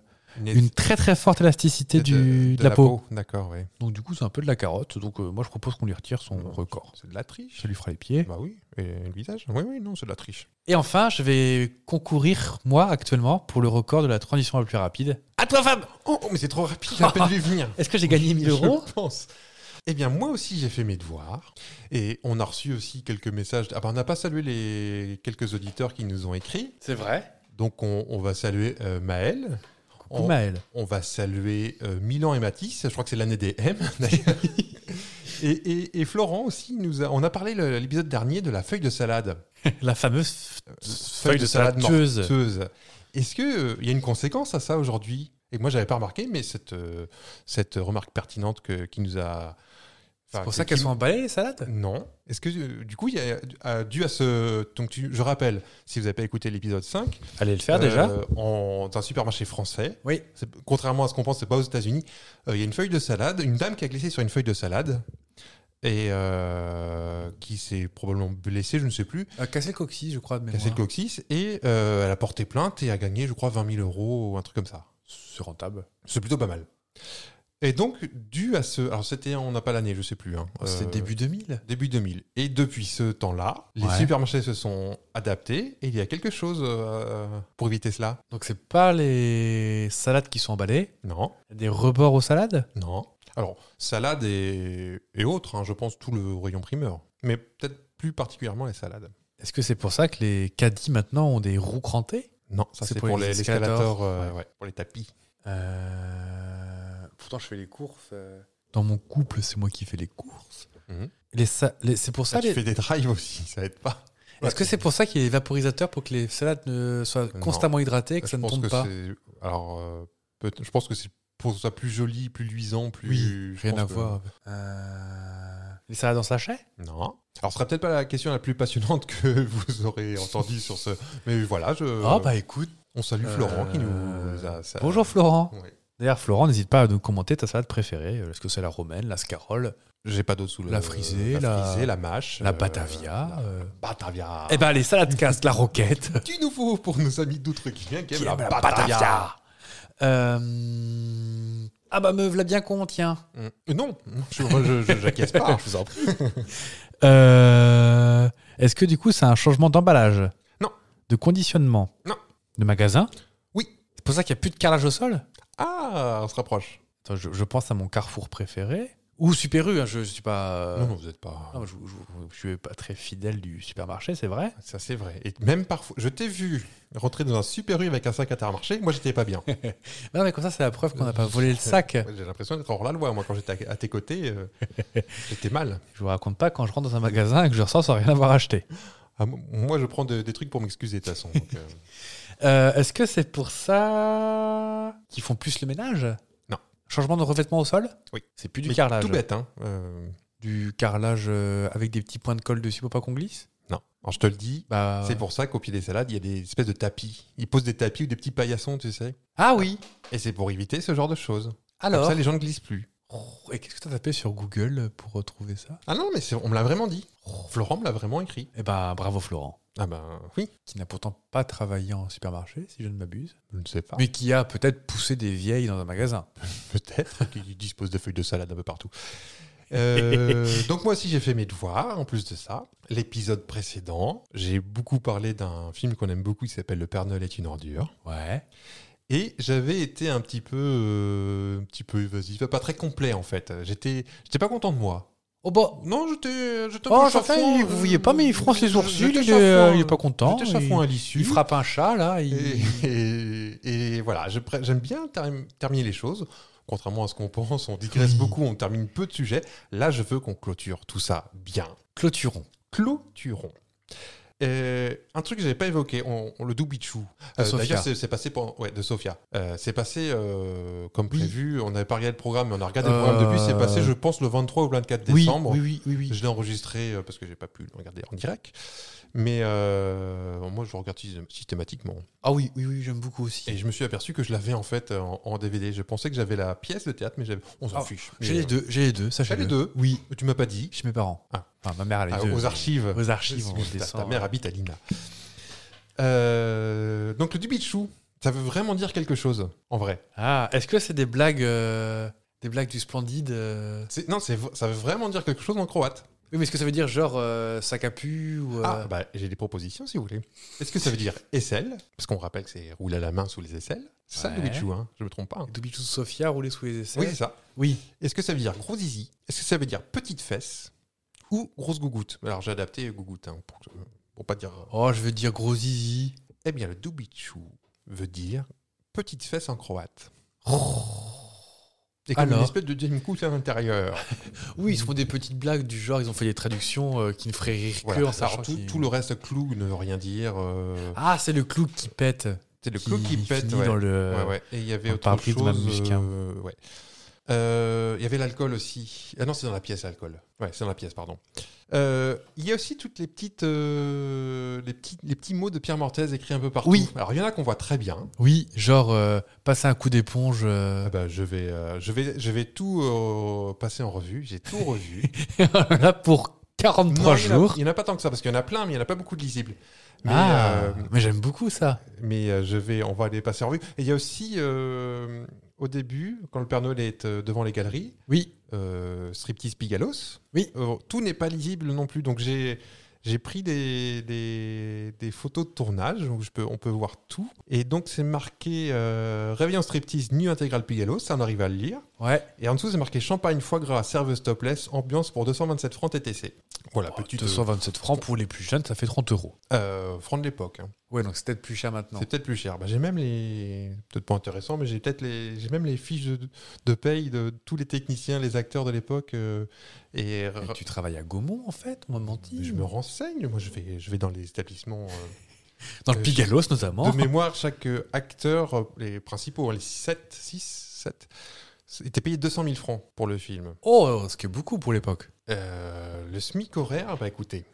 S3: une très très forte élasticité
S1: de-
S3: du, de, la, peau.
S1: D'accord, oui.
S3: Donc, du coup, c'est un peu de la carotte. Donc, euh, moi, je propose qu'on lui retire son
S1: Non.
S3: record.
S1: C'est de la triche.
S3: Ça lui fera les pieds.
S1: Bah oui, et le visage. Oui, oui, non, c'est de la triche.
S3: Et enfin, je vais concourir moi actuellement pour le record de la transition la plus rapide. À toi, Fab.
S1: Oh, oh, mais c'est trop rapide, j'ai à peine vu venir.
S3: Est-ce que j'ai gagné 1000 euros
S1: Je pense. Eh bien, moi aussi, j'ai fait mes devoirs. Et on a reçu aussi quelques messages. Ah, bah, on n'a pas salué les quelques auditeurs qui nous ont écrit.
S3: C'est vrai.
S1: Donc, on, on va saluer euh, Maël.
S3: Coucou
S1: On-
S3: Maël.
S1: On va saluer euh, Milan et Matisse, je crois que c'est l'année des M d'ailleurs. et, et- et Florent aussi, nous a- on a parlé le- l'épisode dernier de la feuille de salade.
S3: La fameuse f- Euh, feuille de salade
S1: morteuse.
S3: morteuse.
S1: Est-ce qu'il y a une conséquence à ça aujourd'hui Et moi, j'avais pas remarqué, mais cette, euh, cette remarque pertinente que, qui nous a.
S3: C'est
S1: enfin,
S3: pour
S1: que-
S3: ça qu'elles
S1: qui-
S3: sont emballées, les salades
S1: Non. Est-ce que euh, du coup, il y a, à- dû à ce. Donc, tu- je rappelle, si vous n'avez pas écouté l'épisode 5,
S3: Allez le faire
S1: euh,
S3: déjà.
S1: en, dans un supermarché français,
S3: Oui.
S1: c'est- contrairement à ce qu'on pense, c'est pas aux États-Unis. Euh, Il y a une feuille de salade, une dame qui a glissé sur une feuille de salade et euh, qui s'est probablement blessée, je ne sais plus,
S3: casser le coccyx, Euh, je crois, de
S1: cassé le coccyx et euh, elle a porté plainte et a gagné, je crois, 20 000 euros ou un truc comme ça.
S3: C'est rentable.
S1: C'est plutôt pas mal. Et donc, dû à ce, alors c'était, on n'a pas l'année, je sais plus. hein.
S3: C'était
S1: Euh,
S3: début 2000.
S1: début 2000. Et depuis ce temps-là, les
S3: Ouais.
S1: supermarchés se sont adaptés et il y a quelque chose euh, pour éviter cela.
S3: Donc c'est pas les salades qui sont emballées.
S1: Non.
S3: Des rebords aux salades
S1: Non. Alors, salade et, et autres, hein, je pense tout le rayon primeur. Mais peut-être plus particulièrement les salades.
S3: Est-ce que c'est pour ça que les caddies maintenant ont des roues crantées
S1: Non, ça c'est pour, les
S3: escalators,
S1: escalators, euh,
S3: ouais.
S1: ouais, pour les tapis.
S3: Euh, Pourtant je fais les courses. euh. Dans mon couple, c'est moi qui fais les courses.
S1: Mhm.
S3: Les sa- les- C'est pour ça.
S1: Ça, tu
S3: les-
S1: fais des drives aussi, ça aide pas.
S3: Est-ce que c'est pour ça qu'il y a des vaporisateurs pour que les salades ne soient
S1: Non.
S3: constamment hydratées et que
S1: Je
S3: ça ne
S1: pense
S3: tombe
S1: que
S3: pas
S1: c'est- Alors, euh, peut- je pense que c'est pour que ce soit plus joli, plus luisant, plus.
S3: Oui,
S1: je
S3: rien
S1: pense
S3: à
S1: que-
S3: voir. Euh, Les salades en sachet
S1: Non. Alors, ce sera peut-être pas la question la plus passionnante que vous aurez entendue sur ce. Mais voilà, je.
S3: Ah bah écoute.
S1: on salue Florent qui
S3: euh,
S1: nous a. ça-
S3: Bonjour Florent.
S1: Ouais.
S3: D'ailleurs, Florent, n'hésite pas à nous commenter ta salade préférée. Euh, Est-ce que c'est la romaine, la scarole,
S1: J'ai pas d'eau sous le-
S3: La frisée, la-
S1: frisée, la mâche,
S3: la
S1: euh,
S3: batavia
S1: la-
S3: euh,
S1: Batavia.
S3: Eh ben, les salades cassent, la roquette.
S1: du nouveau pour nos amis d'Outre-Québec qui aiment
S3: Qui
S1: la
S3: aime la
S1: Batavia.
S3: Batavia. Euh, Ah bah, me v'là bien con, tiens.
S1: Mm. Non, je je- je- j'acquiesce pas, je vous en prie.
S3: Euh, Est-ce que du coup, c'est un changement d'emballage
S1: Non.
S3: De conditionnement
S1: Non.
S3: De magasin
S1: Oui.
S3: C'est pour ça qu'il n'y a plus de carrelage au sol
S1: Ah, on se rapproche.
S3: Attends, je, je pense à mon carrefour préféré. Ou Super U, hein, je ne suis pas... euh,
S1: Non, non, vous n'êtes pas.
S3: non, je, je- je suis pas très fidèle du supermarché, c'est vrai.
S1: Ça, c'est vrai. Et même parfois, je t'ai vu rentrer dans un super U avec un sac intermarché. Moi, j'étais pas bien.
S3: Mais non, mais comme ça, c'est la preuve qu'on n'a pas volé le sac.
S1: J'ai l'impression d'être hors la loi. Moi, quand j'étais à, à tes côtés, euh, j'étais mal.
S3: Je vous raconte pas quand je rentre dans un magasin et que je ressors sans rien avoir acheté.
S1: Ah, moi, je prends de- des trucs pour m'excuser, de toute façon. donc, euh,
S3: Euh, Est-ce que c'est pour ça qu'ils font plus le ménage
S1: Non.
S3: Changement de revêtement au sol
S1: Oui.
S3: C'est plus du
S1: Mais
S3: carrelage.
S1: Tout bête, hein. euh,
S3: Du carrelage euh, avec des petits points de colle dessus pour pas qu'on glisse
S1: non. Alors, je te le dis,
S3: Bah.
S1: c'est pour ça qu'au pied des salades, il y a des espèces de tapis. Ils posent des tapis ou des petits paillassons, tu sais.
S3: Ah oui
S1: Et c'est pour éviter ce genre de choses. Comme
S3: Alors.
S1: ça, les gens ne glissent plus.
S3: Oh, Et qu'est-ce que t'as tapé sur Google pour retrouver ça
S1: Ah non, mais c'est- on me l'a vraiment dit. Oh, Florent me l'a vraiment écrit.
S3: Eh bah, bravo Florent,
S1: Ah ben oui,
S3: qui n'a pourtant pas travaillé en supermarché, si je ne m'abuse,
S1: je ne sais pas.
S3: mais qui a peut-être poussé des vieilles dans un magasin.
S1: Peut-être qu'il dispose de feuilles de salade un peu partout. Euh, donc moi aussi j'ai fait mes devoirs en plus de ça. L'épisode précédent, j'ai beaucoup parlé d'un film qu'on aime beaucoup qui s'appelle Le Père Noël est une ordure.
S3: Ouais.
S1: Et j'avais été un petit peu, euh, un petit peu évasif, pas très complet en fait. J'étais, j'étais pas content de moi.
S3: Oh bah.
S1: Non, j'étais, j'étais. un
S3: Oh,
S1: peu
S3: chacun,
S1: chafouin,
S3: il-
S1: euh,
S3: vous voyez pas, mais il fronce les sourcils,
S1: j'étais
S3: il est, euh,
S1: chafouin.
S3: il est pas content.
S1: J'étais
S3: Il,
S1: chafouin à l'issue.
S3: il frappe un chat, là. il-
S1: Et, et- et voilà, je pré- j'aime bien term- terminer les choses. Contrairement à ce qu'on pense, on digresse
S3: Oui.
S1: beaucoup, on termine peu de sujets. Là, je veux qu'on clôture tout ça bien.
S3: Clôturons.
S1: Clôturons. Euh, un truc que j'avais pas évoqué, on, on le doubichou.
S3: De Sofia.
S1: D'ailleurs, c'est c'est passé pour, ouais, de Sofia. Euh, c'est passé euh, comme
S3: Oui.
S1: prévu. On n'avait pas regardé le programme, mais on a regardé le
S3: Euh,
S1: programme depuis. C'est passé, je pense, le 23 ou le 24
S3: Oui,
S1: décembre.
S3: Oui, oui, oui, oui.
S1: Je l'ai enregistré euh, parce que j'ai pas pu le regarder en direct. Mais euh, moi, je le regarde systé- systématiquement.
S3: Ah oui, oui, oui, j'aime beaucoup aussi.
S1: Et je me suis aperçu que je l'avais en fait en, en DVD. Je pensais que j'avais la pièce de théâtre, mais j'avais. On s'en
S3: Ah,
S1: fiche.
S3: J'ai
S1: Mais, euh,
S3: les deux, j'ai les deux, sachez
S1: T'as les deux
S3: Oui,
S1: euh, Tu m'as pas dit.
S3: chez mes parents.
S1: Ah.
S3: Enfin, ma mère, elle a les
S1: Ah,
S3: deux.
S1: aux archives.
S3: Aux archives, on
S1: Ta- ta,
S3: descend.
S1: mère habite à Lina. Euh, donc le Dubichou, ça veut vraiment dire quelque chose, en vrai.
S3: Ah, est-ce que c'est des blagues, euh, des blagues du splendide euh,
S1: C'est- Non, c'est v- ça veut vraiment dire quelque chose en croate.
S3: Oui, mais est-ce que ça veut dire genre euh, sac à pu ou euh,
S1: Ah, bah, j'ai des propositions si vous voulez. Est-ce que ça veut dire aisselle Parce qu'on rappelle que c'est rouler à la main sous les aisselles. C'est ça le
S3: Ouais.
S1: Dubichou, hein, je me trompe pas. hein.
S3: Double Sous Sofia roulé sous les essais
S1: Oui, c'est ça.
S3: Oui.
S1: Est-ce que ça veut dire gros zizi Est-ce que ça veut dire petite fesse Ou grosse gougoute Alors j'ai adapté gougoute hein, pour, pour pas dire.
S3: Oh, je veux dire gros zizi.
S1: Eh bien, le dubichou veut dire petite fesse en croate. C'est comme
S3: Alors
S1: une espèce de Jim Coot à l'intérieur.
S3: Oui, ils se font des petites blagues du genre, ils ont fait des traductions euh, qui ne feraient rire que
S1: Voilà.
S3: en
S1: Alors,
S3: sachant
S1: tout,
S3: qu'ils-
S1: tout le reste, clou ne veut rien dire. euh,
S3: Ah, c'est le clou qui pète.
S1: c'est le clou qui pète.
S3: finit
S1: ouais.
S3: dans le.
S1: Ouais, ouais. Et il y avait
S3: dans le
S1: autre
S3: parapluie de hein.
S1: chose.
S3: Mme Musquin.
S1: euh, ouais. Euh, il y avait l'alcool aussi. Ah non, c'est dans la pièce l'alcool. Ouais, c'est dans la pièce, pardon. Euh, il y a aussi toutes les petites, euh, les petits, les petits mots de Pierre Mortaise écrits un peu partout.
S3: Oui.
S1: Alors il y en a qu'on voit très bien.
S3: Oui, genre euh, passer un coup d'éponge. euh,
S1: Ah bah, je vais, euh, je vais, je vais tout euh, passer en revue. J'ai tout revu.
S3: là pour
S1: Non,
S3: 43
S1: il y en a-
S3: jours.
S1: Il n'y en a pas tant que ça parce qu'il y en a plein, mais il n'y en a pas beaucoup de lisibles. Mais,
S3: ah,
S1: euh,
S3: mais j'aime beaucoup ça.
S1: mais euh, je vais, on va les passer en revue. Et il y a aussi euh, au début, quand le Père Noël est euh, devant les galeries,
S3: Oui.
S1: euh, Striptease Pigalos.
S3: Oui.
S1: Euh, tout n'est pas lisible non plus. Donc j'ai. J'ai pris des, des, des photos de tournage, donc je peux, on peut voir tout. Et donc c'est marqué euh, Réveil en striptease, nu intégral Pigalos, ça on arrive à le lire.
S3: Ouais.
S1: Et en dessous c'est marqué Champagne, foie gras, serveuse topless, ambiance pour 227 francs TTC. Voilà,
S3: Oh,
S1: petit
S3: 227 francs pour les plus jeunes, ça fait 30 euros.
S1: euh, francs de l'époque. hein.
S3: Ouais, donc c'est peut-être plus cher maintenant.
S1: C'est peut-être plus cher. Bah, j'ai même les. Peut-être pas intéressant, mais j'ai peut-être les. J'ai même les fiches de, de paye de tous les techniciens, les acteurs de l'époque. euh, et
S3: Mais tu travailles à Gaumont en fait, on m'a menti.
S1: Mais Je me renseigne, moi je vais, je vais dans les établissements euh,
S3: Dans le
S1: Euh,
S3: Pigalos notamment.
S1: de mémoire, chaque euh, acteur, euh, les principaux, hein, les 7, 6, 7, étaient payés 200 000 francs pour le film.
S3: Oh, ce qui est beaucoup pour l'époque.
S1: Euh, le SMIC horaire, bah écoutez,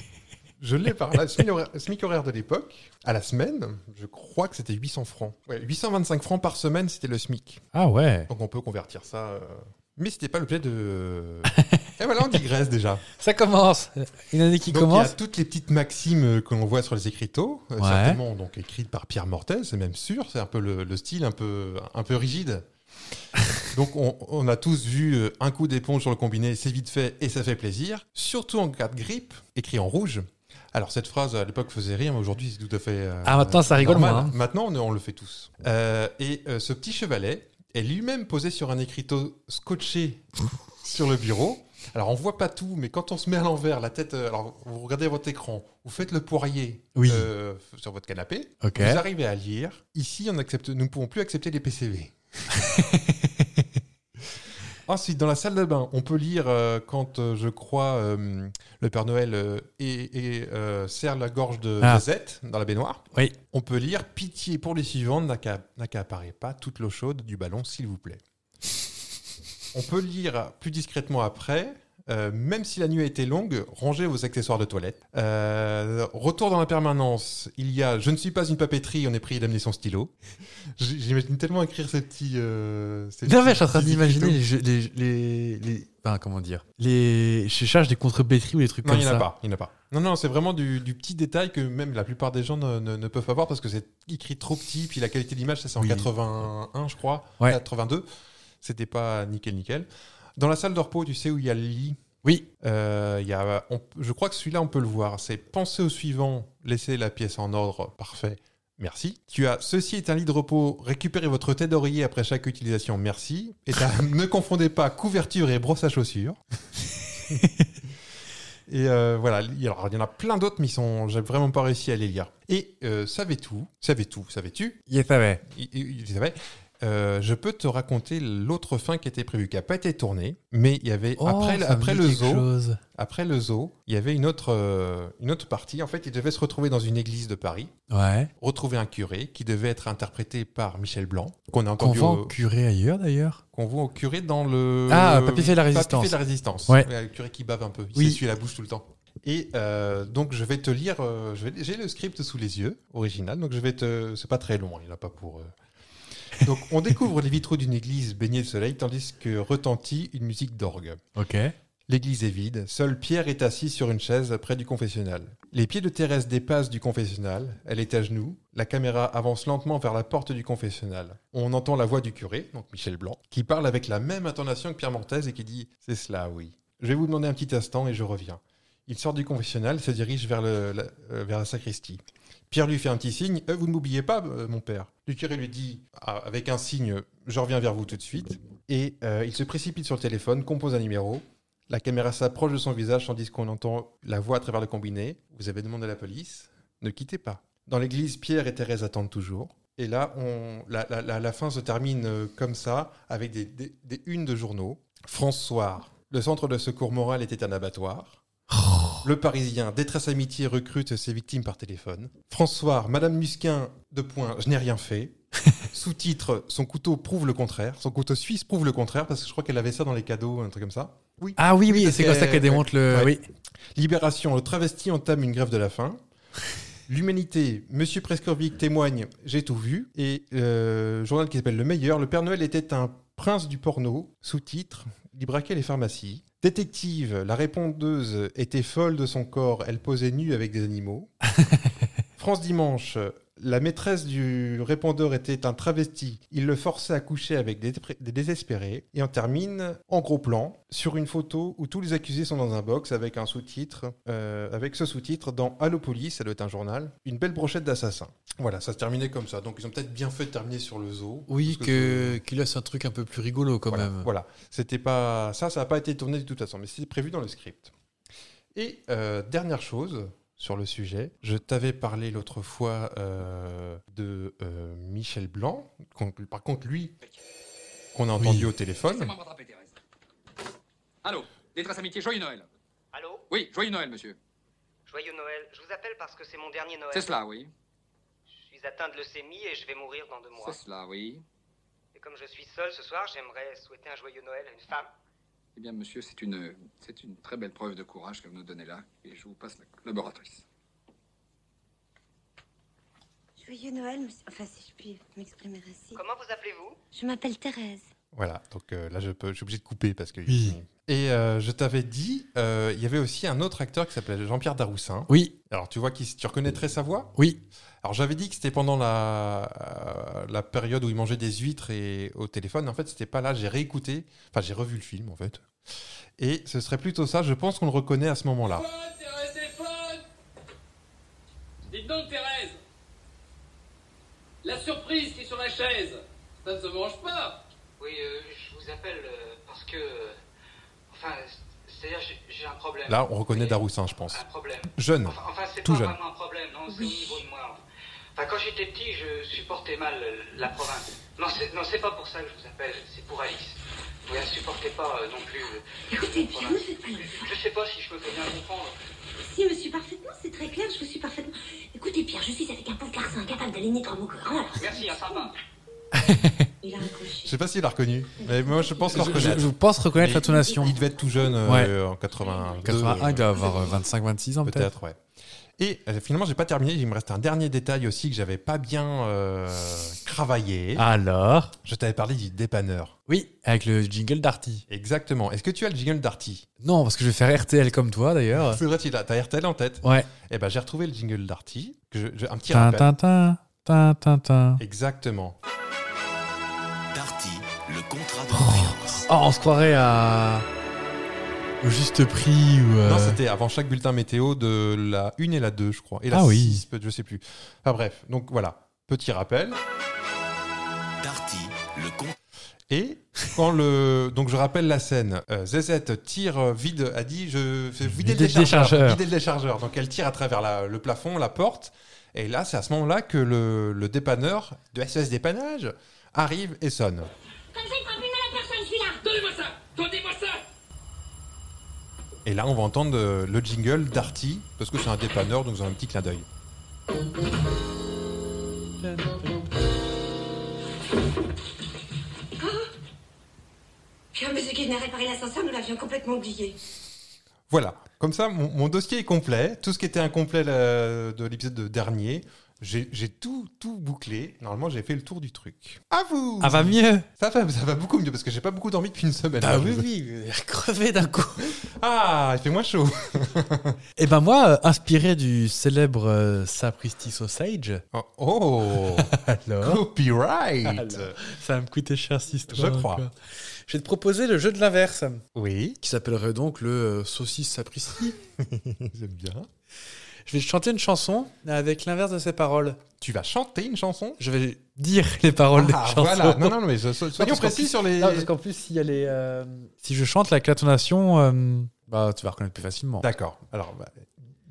S1: je l'ai par là, le SMIC horaire, le SMIC horaire de l'époque, à la semaine, je crois que c'était 800 francs. Ouais, 825 francs par semaine, c'était le SMIC.
S3: Ah ouais.
S1: Donc on peut convertir ça... euh, Mais c'était pas l'objet de... Et voilà, on digresse déjà.
S3: Ça commence. Une année qui
S1: Donc, il y
S3: commence.
S1: a toutes les petites maximes euh, que l'on voit sur les écriteaux, euh,
S3: Ouais.
S1: certainement donc écrites par Pierre Mortel, c'est même sûr, c'est un peu le, le style un peu, un peu rigide. donc on, on a tous vu euh, un coup d'éponge sur le combiné, c'est vite fait et ça fait plaisir, surtout en cas de grippe, écrit en rouge. Alors cette phrase à l'époque faisait rire, mais aujourd'hui c'est tout à fait... euh,
S3: Ah maintenant ça rigole
S1: normal.
S3: moins. hein.
S1: Maintenant on, on le fait tous. Euh, et euh, ce petit chevalet est lui-même posé sur un écriteau scotché sur le bureau. Alors on voit pas tout, mais quand on se met à l'envers, la tête, euh, alors vous regardez votre écran, vous faites le poirier
S3: Oui.
S1: euh, sur votre canapé,
S3: hein. Ok.
S1: vous arrivez à lire. Ici, on accepte, nous ne pouvons plus accepter les PCV. Ah si, dans la salle de bain, on peut lire euh, quand euh, je crois euh, le Père Noël euh, et, et, euh, serre la gorge de
S3: Ah.
S1: Josette dans la baignoire.
S3: Oui.
S1: On peut lire Pitié pour les suivantes, n'accaparez pas toute l'eau chaude du ballon, s'il vous plaît. on peut lire plus discrètement après. euh, même si la nuit a été longue, rangez vos accessoires de toilette. Euh, retour dans la permanence, il y a Je ne suis pas une papeterie, on est prié d'amener son stylo. J- J'imagine tellement écrire ces petits. euh, ces
S3: Non, mais je suis en
S1: petits
S3: train d'imaginer
S1: écriteaux.
S3: les, jeux- les, les, les- enfin, comment dire, les, je cherche des contre-pétries ou des trucs
S1: Non, il
S3: comme
S1: n'y
S3: ça.
S1: en a pas. Il y en a pas. Non, non, c'est vraiment du, du petit détail que même la plupart des gens ne, ne- ne peuvent avoir parce que c'est écrit trop petit. Puis la qualité d'image, ça c'est en
S3: Oui.
S1: 81, je crois,
S3: Ouais.
S1: 82. C'était pas nickel, nickel. Dans la salle de repos, tu sais où il y a le lit.
S3: Oui.
S1: euh, il y a, on- je crois que celui-là, on peut le voir. C'est penser au suivant, laisser la pièce en ordre, parfait. Merci. Tu as ceci est un lit de repos, récupérez votre tête d'oreiller après chaque utilisation, merci. Et t'as, ne confondez pas couverture et brosse à chaussures. et euh, voilà, il y, alors, il y en a plein d'autres, mais ils sont, j'ai vraiment pas réussi à les lire. Et euh, savais tout, savais tout, savais-tu
S3: Il est vrai.
S1: il- il- il savait. Euh, je peux te raconter l'autre fin qui était prévue, qui n'a pas été tournée, mais il y avait
S3: Oh,
S1: après, le- après le zoo, après le zoo, il y avait une autre, euh, une autre partie. En fait, ils devaient se retrouver dans une église de Paris
S3: Ouais.
S1: retrouver un curé qui devait être interprété par Michel Blanc, qu'on a
S3: Qu'on
S1: entendu
S3: vend
S1: au-
S3: curé ailleurs d'ailleurs.
S1: qu'on voit au curé dans le
S3: Ah, Papy fait la
S1: Papy
S3: résistance.
S1: fait la résistance.
S3: Ouais.
S1: Le curé qui bave un peu, il
S3: Oui.
S1: s'essuie la bouche tout le temps. Et euh, donc je vais te lire, euh, je vais- j'ai le script sous les yeux original, donc je vais te, c'est pas très long, hein, il n'a pas pour. euh. Donc on découvre les vitraux d'une église baignée de soleil tandis que retentit une musique d'orgue.
S3: Ok.
S1: L'église est vide, seul Pierre est assis sur une chaise près du confessionnal. Les pieds de Thérèse dépassent du confessionnal, elle est à genoux, la caméra avance lentement vers la porte du confessionnal. On entend la voix du curé, donc Michel Blanc, qui parle avec la même intonation que Pierre Mortaise et qui dit « C'est cela, oui. Je vais vous demander un petit instant et je reviens. » Il sort du confessionnal, se dirige vers, le- la, euh, vers la sacristie. Pierre lui fait un petit signe Euh, Vous ne m'oubliez pas, euh, mon père. » Le curé lui dit, ah, avec un signe « Je reviens vers vous tout de suite. » Et euh, il se précipite sur le téléphone, compose un numéro, la caméra s'approche de son visage tandis qu'on entend la voix à travers le combiné. Vous avez demandé la police Ne quittez pas. Dans l'église, Pierre et Thérèse attendent toujours. Et là, on, la, la- la- la fin se termine euh, comme ça, avec des, des- des unes de journaux. France Soir. Le centre de secours moral était un abattoir. Le Parisien, détresse amitié, recrute ses victimes par téléphone. François, Madame Musquin, de point, je n'ai rien fait. Sous-titre, son couteau prouve le contraire. Son couteau suisse prouve le contraire, parce que je crois qu'elle avait ça dans les cadeaux, un truc comme ça. Oui.
S3: Ah oui, oui,
S1: Oui,
S3: c'est
S1: parce
S3: comme ça
S1: que-
S3: qu'elle démonte le.
S1: Ouais.
S3: Oui.
S1: Libération, le travesti entame une grève de la faim. L'humanité, Monsieur Prescorvic témoigne, j'ai tout vu. Et euh, journal qui s'appelle Le Meilleur, le Père Noël était un prince du porno, sous-titre, il braquait les pharmacies. Détective, la répondeuse était folle de son corps, elle posait nue avec des animaux. France Dimanche, la maîtresse du répondeur était un travesti. Il le forçait à coucher avec des, dépré- des désespérés. Et on termine en gros plan sur une photo où tous les accusés sont dans un box avec un sous-titre, euh, avec ce sous-titre dans Allo Police, ça doit être un journal, une belle brochette d'assassins. Voilà, ça se terminait comme ça. Donc ils ont peut-être bien fait de terminer sur le zoo.
S3: Oui,
S1: Parce
S3: que qu'il laisse un truc un peu plus rigolo quand
S1: voilà,
S3: même.
S1: Voilà, c'était pas ça, ça n'a pas été tourné de toute façon, mais c'était prévu dans le script. Et euh, dernière chose sur le sujet, je t'avais parlé l'autre fois euh, de euh, Michel Blanc, qu'on- par contre lui, qu'on a entendu au téléphone.
S4: Laissez-moi me rattraper, Thérèse. Allô, détresse amitié, joyeux Noël.
S5: Allô
S4: Oui, joyeux Noël, monsieur.
S5: Joyeux Noël. Je vous appelle parce que c'est mon dernier Noël.
S4: C'est cela, oui.
S5: Je suis atteint de leucémie et je vais mourir dans deux mois.
S4: C'est cela, oui.
S5: Et comme je suis seul ce soir, j'aimerais souhaiter un joyeux Noël à une femme.
S4: Eh bien, monsieur, c'est une, c'est une très belle preuve de courage que vous nous donnez là. Et je vous passe la collaboratrice.
S6: Joyeux Noël, monsieur. Enfin, si je puis m'exprimer ainsi.
S5: Comment vous appelez-vous
S6: Je m'appelle Thérèse.
S1: Voilà, donc euh, là je peux, je suis obligé de couper parce que.
S3: Oui.
S1: Et euh, je t'avais dit, euh, il y avait aussi un autre acteur qui s'appelait Jean-Pierre Daroussin.
S3: Oui,
S1: Alors tu vois, qui, tu reconnaîtrais sa voix
S3: oui.
S1: Alors j'avais dit que c'était pendant la, euh, la période où il mangeait des huîtres et au téléphone. En fait, c'était pas là. J'ai réécouté, enfin j'ai revu le film en fait. Et ce serait plutôt ça. Je pense qu'on le reconnaît à ce moment-là.
S7: Thérèse téléphone Dites donc, Thérèse La surprise qui est sur la chaise, ça ne se mange pas
S5: Oui, euh, je vous appelle euh, parce que. Enfin, c'est-à-dire, j'ai un problème.
S1: Là, on reconnaît Daroussin, je pense.
S5: problème.
S1: Jeune.
S5: Enfin, enfin, c'est
S1: Tout
S5: pas
S1: jeune.
S5: vraiment un problème, non, c'est au niveau de moi. Enfin, quand j'étais petit, je supportais mal euh, la province. Non, c'est, non, c'est pas pour ça que je vous appelle, c'est pour Alice. vous la supportez pas euh, non plus.
S6: Écoutez bien, ne faites pas l'enfant.
S5: Je sais pas si je me fais bien comprendre.
S6: Si, monsieur, parfaitement, c'est très clair, je vous suis parfaitement. Écoutez, Pierre, je suis avec un pauvre garçon incapable d'aligner trois mots cohérents. alors.
S5: Merci, hein, sympa.
S6: Il a
S1: Je
S6: raccroché.
S1: sais pas s'il l'a reconnu, mais moi je pense le
S3: Je, je-
S1: reconnaître.
S3: je pense reconnaître
S1: Mais
S3: la tonation.
S6: il-
S1: Il devait être tout jeune euh,
S3: Ouais.
S1: en 82,
S3: 81,
S1: euh,
S3: il doit avoir 25-26 ans peut-être.
S1: peut-être, ouais. Et euh, finalement, j'ai pas terminé. Il me reste un dernier détail aussi que j'avais pas bien euh, travaillé.
S3: Ah. Alors
S1: Je t'avais parlé du dépanneur.
S3: Oui, avec le jingle d'Arty.
S1: Exactement. Est-ce que tu as le jingle d'Arty
S3: Non, parce que je vais faire RTL comme toi d'ailleurs.
S1: C'est vrai, tu l'as. T'as RTL en tête
S3: Ouais.
S1: Eh ben, j'ai retrouvé le jingle d'Arty. que je- je- un petit
S3: Tin,
S1: rappel.
S3: tin, tin, tin, tin, tin.
S1: Exactement.
S2: Darty, le contrat de confiance.
S3: Oh, on se croirait à. Au juste prix ou. euh,
S1: Non, c'était avant chaque bulletin météo de la 1 et la 2, je crois. Et la
S3: Ah oui.
S1: 6, peut- je sais plus. Enfin bref, donc voilà. Petit rappel.
S2: Darty, le contrat.
S1: Et quand le. Donc je rappelle la scène. Euh, Zezette tire euh, vide, a dit je fais vider
S3: Vider
S1: le
S3: le déchargeur.
S1: déchargeur. Vider le déchargeur. Donc elle tire à travers la- le plafond, la porte. Et là, c'est à ce moment-là que le, le dépanneur de SOS Dépannage arrive et sonne.
S6: Comme ça, il fera plus mal à personne, celui-là.
S7: Donnez-moi ça Donnez-moi ça
S1: Et là, on va entendre euh, le jingle d'Arty, parce que c'est un dépanneur, donc c'est un petit clin d'œil.
S6: Pierre, monsieur qui venait réparer l'ascenseur, nous l'avions complètement oublié.
S1: Voilà. Comme ça, mon, mon dossier est complet. Tout ce qui était incomplet là, de l'épisode de dernier, j'ai j'ai tout, tout bouclé. Normalement, j'ai fait le tour du truc. À vous
S3: Ah, va mieux
S1: ça, va, ça va beaucoup mieux, parce que j'ai pas beaucoup dormi depuis une semaine.
S3: Bah oui, oui, crevé d'un coup
S1: Ah, il fait moins chaud.
S3: Et ben moi, euh, inspiré du célèbre euh, Sapristi Sausage,
S1: Oh, oh.
S3: alors,
S1: copyright.
S3: Hein Alors. ça va me coûter cher cette histoire. euh.
S1: Je crois.
S3: encore. Je vais te proposer le jeu de l'inverse,
S1: Oui,
S3: qui s'appellerait donc le euh, Saucisse Sapristi.
S1: j'aime bien.
S3: Je vais te chanter une chanson avec l'inverse de ses paroles.
S1: Tu vas chanter une chanson
S3: Je vais dire Oh, les paroles des
S1: Ah,
S3: chansons.
S1: voilà. Non, non, non, mais so- so- soyons
S3: parce qu'en
S1: précis
S3: plus-
S1: sur les.
S3: Non, parce qu'en plus, si elle est, euh, si je chante la clatonation, euh, bah tu vas reconnaître plus facilement.
S1: D'accord. Alors, bah,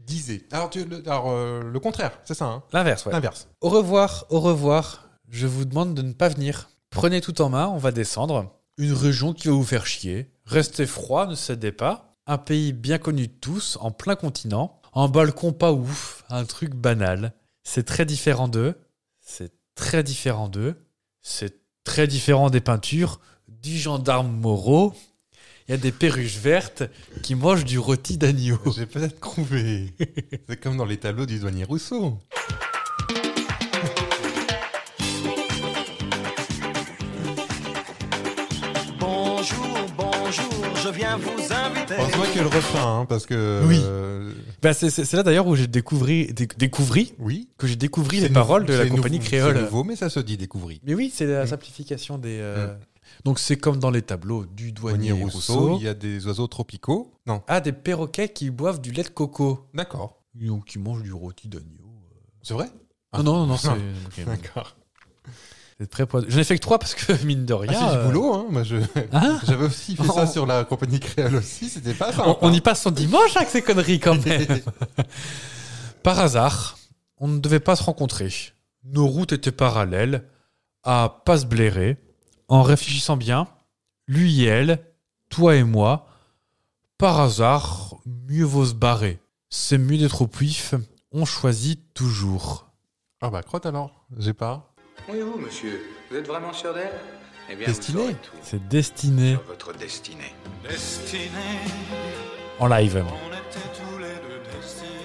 S1: disez. Alors, tu- le, alors, euh, le contraire, c'est ça, hein
S3: L'inverse, ouais.
S1: L'inverse.
S3: Au revoir, au revoir. Je vous demande de ne pas venir. Prenez tout en main, on va descendre. Une région qui va vous faire chier. Restez froid, ne cédez pas. Un pays bien connu de tous, en plein continent. Un balcon pas ouf, un truc banal. C'est très différent d'eux. C'est très différent d'eux. C'est très différent des peintures, du gendarme moraux. Il y a des perruches vertes qui mangent du rôti d'agneau.
S1: J'ai peut-être trouvé. c'est comme dans les tableaux du douanier Rousseau.
S8: Bonjour, bonjour, je viens vous inviter.
S1: On se voit que le refrain, hein, parce que.
S3: Eh. Oui.
S1: euh,
S3: Bah, c'est c'est- c'est là d'ailleurs où j'ai découvri, déc- découvri
S1: oui.
S3: que j'ai découvert
S1: C'est
S3: les
S1: nou-
S3: paroles de la
S1: c'est
S3: compagnie
S1: nouveau-
S3: créole.
S1: C'est nouveau, mais ça se dit découvrir.
S3: Mais oui, c'est la
S1: Mm.
S3: simplification des. euh, Donc c'est comme dans les tableaux du douanier
S1: Douanier
S3: Rousseau.
S1: Rousseau, il y a des oiseaux tropicaux. Non,
S3: Ah, des perroquets qui boivent du lait de coco.
S1: d'accord.
S3: Donc qui mangent du rôti d'agneau. Ah,
S1: C'est vrai
S3: Non, non, non, non, c'est.
S1: Non.
S3: ok, bon.
S1: D'accord.
S3: C'est très poids- J'en ai fait que trois parce que, mine de rien.
S1: Ah, c'est
S3: euh,
S1: du boulot, hein. Moi, je,
S3: hein
S1: j'avais aussi fait ça
S3: On-
S1: sur la compagnie créole aussi. C'était pas ça.
S3: on, on y passe son dimanche avec ces conneries quand même. Par hasard, on ne devait pas se rencontrer. Nos routes étaient parallèles, à pas se blairer. En réfléchissant bien, lui et elle, toi et moi, par hasard, mieux vaut se barrer. C'est mieux d'être au pif, on choisit toujours.
S1: Ah bah crotte alors. J'ai pas.
S4: Oui, vous, monsieur, vous êtes vraiment sûr d'elle Eh bien,
S1: Destinée.
S4: vous saurez tout
S3: C'est destiné
S4: sur votre destinée.
S3: en live.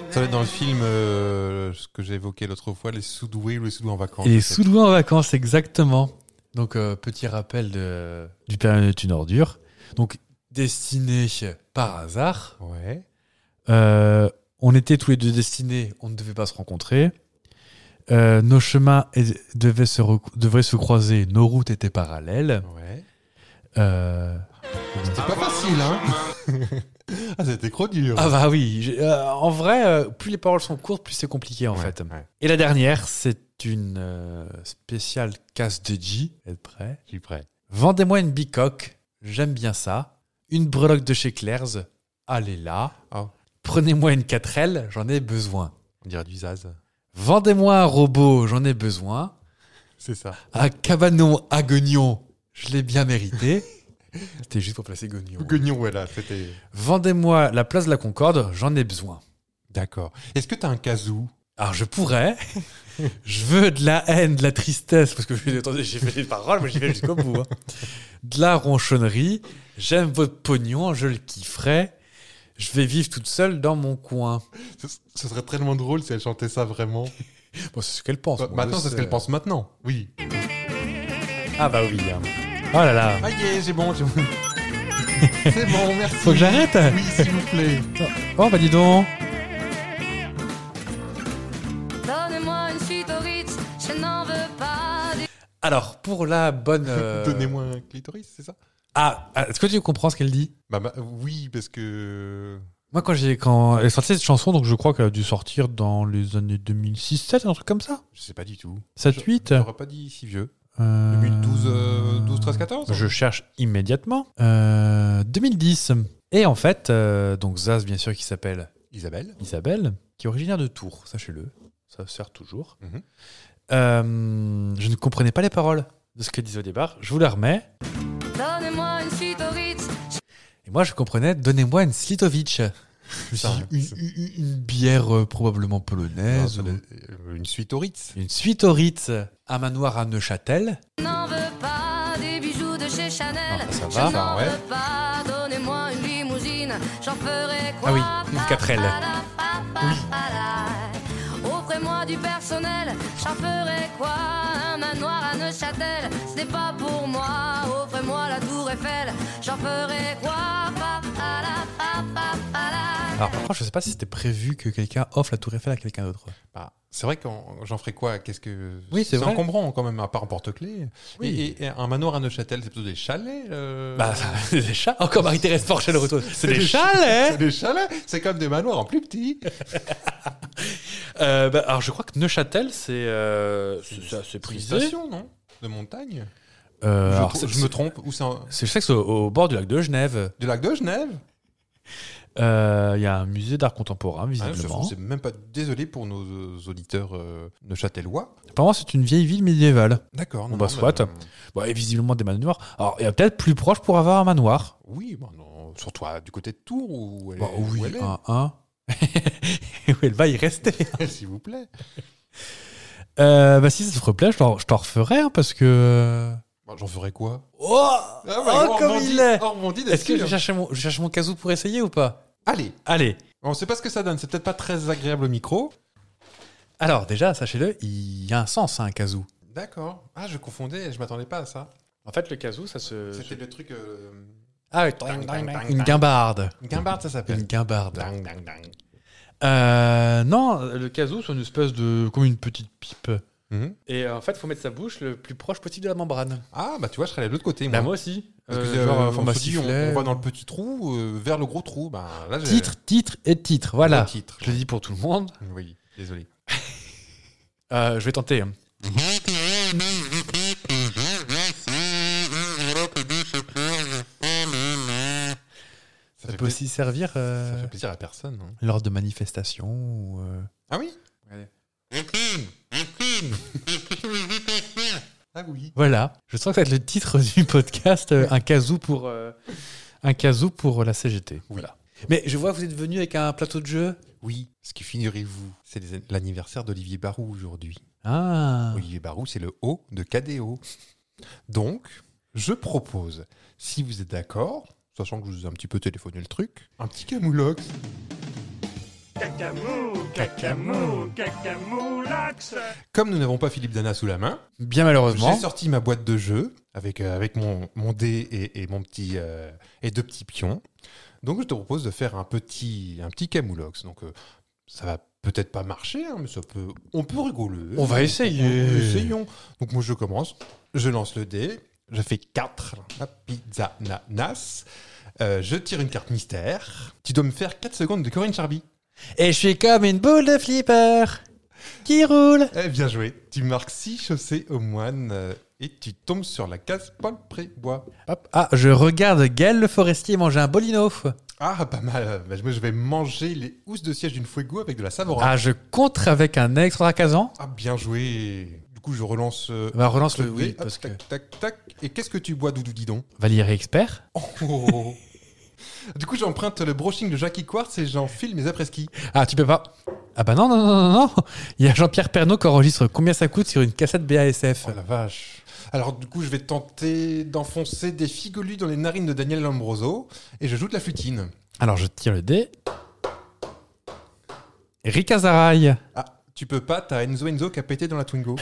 S1: Ça va être dans le film euh, ce que j'ai évoqué l'autre fois, les sous-doués ou les sous-doués en vacances.
S3: Et les
S1: peut-être.
S3: sous en vacances, exactement. Donc, euh, petit rappel de, du période est une ordure. Donc, destiné par hasard.
S1: Ouais.
S3: Euh, on était tous les deux destinés, on ne devait pas se rencontrer. Euh, nos chemins é- devaient se recou- devraient se croiser, nos routes étaient parallèles.
S1: Ouais.
S3: Euh,
S1: C'était pas facile, hein. ah, c'était trop dur.
S3: Ah bah oui, j'ai- euh, en vrai, euh, plus les paroles sont courtes, plus c'est compliqué en
S1: Ouais,
S3: fait.
S1: ouais.
S3: Et la dernière, c'est une euh, spéciale casse de J. Êtes prêts
S1: Je suis prêt.
S3: Vendez-moi une bicoque, j'aime bien ça. Une breloque de chez Claire's, allez là.
S1: Oh.
S3: Prenez-moi une 4L, j'en ai besoin.
S1: On dirait du Zaz.
S3: Vendez-moi un robot, j'en ai besoin.
S1: C'est ça.
S3: Un cabanon à Guignon, je l'ai bien mérité. C'était juste pour placer Gognon.
S1: Gognon, voilà, c'était.
S3: Vendez-moi la place de la Concorde, j'en ai besoin.
S1: D'accord. Est-ce que t'as un casou
S3: Alors je pourrais, je veux de la haine, de la tristesse, parce que je attendez, j'ai fait les paroles, mais j'y vais jusqu'au bout. hein. De la ronchonnerie, j'aime votre pognon, je le kifferais, je vais vivre toute seule dans mon coin.
S1: ce, ce serait tellement drôle si elle chantait ça vraiment.
S3: Bon, c'est ce qu'elle pense.
S1: Bah,
S3: moi,
S1: maintenant,
S3: je
S1: c'est ce
S3: sais.
S1: qu'elle pense maintenant. Oui.
S3: Ah bah oui. hein. Oh là là.
S1: Ah yeah, c'est bon, c'est bon. c'est bon, merci.
S3: Faut que j'arrête
S1: Oui, s'il vous plaît.
S3: Oh bah dis donc.
S9: Donnez-moi une suite au Ritz, je n'en veux pas. du-
S3: Alors, pour la bonne... euh,
S1: Donnez-moi un clitoris, c'est ça
S3: Ah, ah, est-ce que tu comprends ce qu'elle dit
S1: bah, bah, oui, parce que.
S3: Moi, quand j'ai quand elle est sortie cette chanson, donc je crois qu'elle a dû sortir dans les années 2006-7, un truc comme ça.
S1: Je sais pas du tout.
S3: 7-8
S1: J'aurais pas dit si vieux. 2012, euh, 12, 13, 14
S3: Je cherche immédiatement. Euh, 2010. Et en fait, euh, donc Zaz, bien sûr, qui s'appelle
S1: Isabelle
S3: Isabelle, qui est originaire de Tours, sachez-le. Ça sert toujours.
S1: Mhm.
S3: Euh, je ne comprenais pas les paroles de ce qu'elle disait au départ. Je vous la remets.
S9: Donnez-moi une suite au Ritz,
S3: Et moi, je comprenais Donnez-moi une Slitovic. Je me suis
S1: Ça,
S3: dit, une, une- une bière euh, probablement
S1: Non,
S3: polonaise.
S1: Ah, ça
S3: ou-
S1: doit- euh, Une suite au Ritz.
S3: Une suite au Ritz, un manoir à Neuchâtel.
S9: je n'en veux pas. Des bijoux de chez Chanel,
S3: Ah, ça
S9: je
S3: va,
S9: n'en
S1: ça, ouais.
S9: veux pas. Donnez-moi une limousine, j'en ferai quoi
S3: Ah oui, une Caprel.
S9: Oui. Offrez-moi du personnel, j'en ferai quoi Un manoir à Neuchâtel, ce n'est pas pour moi. Offrez-moi la tour Eiffel, j'en ferai quoi Pa, pa, la, pa, pa, pa, la.
S3: Alors, par contre, je sais pas si c'était prévu que quelqu'un offre la Tour Eiffel à quelqu'un d'autre.
S1: Bah, c'est vrai que j'en ferais quoi Qu'est-ce que
S3: Oui, c'est vrai.
S1: encombrant quand même, à part un porte-clés.
S3: Oui.
S1: Et, et- et un manoir à Neuchâtel, c'est plutôt des chalets. euh,
S3: Bah, ça- c'est des chats. Encore Marie-Thérèse Porcher le retour. C'est des
S1: C'est
S3: chalets
S1: des chalets. C'est comme des manoirs en plus petit.
S3: Euh, bah, Alors, je crois que Neuchâtel, c'est euh, c'est- c'est assez
S1: C'est une
S3: prisé.
S1: station, non De montagne.
S3: Euh,
S1: je,
S3: alors,
S1: trou-
S3: c'est-
S1: je me trompe. Ou c'est un-
S3: c'est- Je sais que c'est au, au bord du lac de Genève.
S1: du lac de Genève
S3: Euh, Il y a un musée d'art contemporain,
S1: Ah, je
S3: visiblement.
S1: sais même pas. Désolé pour nos euh, auditeurs euh, neuchâtelois.
S3: Apparemment, c'est une vieille ville médiévale.
S1: D'accord.
S3: Bon,
S1: non,
S3: bah,
S1: non,
S3: soit.
S1: mais, euh,
S3: Bon, et visiblement des manoirs. Alors, il y a peut-être plus proche pour avoir un manoir.
S1: Oui, bah, non, surtout à- du côté de Tours où elle,
S3: Bah,
S1: est- où
S3: oui,
S1: elle est,
S3: un, un. où elle va y rester.
S1: s'il vous plaît.
S3: Euh, bah si ça te replaît, je t'en je t'en referai hein, parce que.
S1: Bah, J'en ferais quoi
S3: Oh,
S1: bah, on
S3: comme
S1: rebondit-
S3: il est.
S1: on rebondit
S3: Est-ce que
S1: dessus,
S3: je
S1: hein.
S3: cherche mon, je cherche mon casou pour essayer ou pas
S1: Allez,
S3: Allez.
S1: on sait pas ce que ça donne. C'est peut-être pas très agréable au micro.
S3: Alors déjà, sachez-le, il y a un sens à un casou.
S1: D'accord. Ah, je confondais. Je m'attendais pas à ça.
S3: En fait, le casou, ça se.
S1: C'était le truc. euh,
S3: Ah, oui,
S1: Dang, dang, dang,
S3: une
S1: dang.
S3: guimbarde.
S1: Une guimbarde, ça
S3: Une
S1: s'appelle.
S3: guimbarde.
S1: Dang, dang, dang.
S3: Euh, non, le casou, c'est une espèce de. comme une petite pipe.
S1: Mhm.
S3: Et euh, en fait, faut mettre sa bouche le plus proche possible de la membrane.
S1: Ah, bah tu vois, je serais allé de l'autre côté.
S3: Bah,
S1: Moi.
S3: moi aussi.
S1: Parce que
S3: Euh,
S1: c'est,
S3: genre,
S1: euh,
S3: en format
S1: on, se dit, on-
S3: sifflet.
S1: on va dans le petit trou euh, vers le gros trou. Bah, là, j'ai-
S3: Titre, titre et titre, voilà.
S1: Le titre.
S3: Je le dis pour tout le monde.
S1: Oui, désolé.
S3: Euh, je vais tenter. hein. Ça,
S1: fait
S3: peut
S1: pla-
S3: aussi servir euh,
S1: Ça fait plaisir à personne. hein.
S3: lors de manifestations. ou, euh,
S1: Ah oui
S3: Allez.
S1: Ah oui.
S3: Voilà. Je sens que ça va être le titre du podcast, euh, un casou pour euh, un casou pour la CGT. Voilà. Mais je vois que vous êtes venu avec un plateau de jeu.
S1: Oui, ce qui figurez-vous, c'est les- l'anniversaire d'Olivier Barou aujourd'hui.
S3: Ah.
S1: Olivier Barou, c'est le O de KDO. Donc, je propose, si vous êtes d'accord, sachant que je vous ai un petit peu téléphoné le truc, un petit camoulox. Comme nous n'avons pas Philippe Dana sous la main, j'ai
S3: Bien malheureusement.
S1: sorti ma boîte de jeu avec, euh, avec mon, mon dé et, et mon petit, euh, et deux petits pions. Donc je te propose de faire un petit, un petit camoulox. Donc euh, ça va peut-être pas marcher, hein, mais ça peut, on peut rigoler.
S3: On va essayer.
S1: Essayons. Donc moi je commence, je lance le dé, je fais 4 pizza nanas, Euh, je tire une carte mystère. Tu dois me faire 4 secondes de Corinne Charby.
S3: Et je suis comme une boule de flipper qui roule.
S1: Eh bien joué. Tu marques 6 chaussées au moine euh, et tu tombes sur la case Paul Prébois.
S3: Hop. Ah, je regarde Gaël le forestier manger un bolino.
S1: Ah, pas mal. Bah, je- moi, je vais manger les Ah. housses de siège d'une Fuego avec de la Savoie.
S3: Ah, je contre avec un extra casan.
S1: Ah, bien joué. Du coup, je relance. euh,
S3: Bah, relance le
S1: V,
S3: oui,
S1: hop,
S3: parce que
S1: tac, tac, tac. Et qu'est-ce que tu bois, Doudou Didon
S3: Valérie Expert.
S1: Oh. Du coup, j'emprunte le brushing de Jackie Quartz et j'enfile mes après-ski.
S3: Ah, tu peux pas. Ah bah non, non, non, non, non. Il y a Jean-Pierre Pernaud qui enregistre combien ça coûte sur une cassette BASF.
S1: Oh la vache. Alors, du coup, je vais tenter d'enfoncer des figolus dans les narines de Daniel Lombroso et je joue de la flutine.
S3: Alors je tire le dé. Ricazaraï.
S1: Ah, tu peux pas, t'as Enzo Enzo qui a pété dans la Twingo.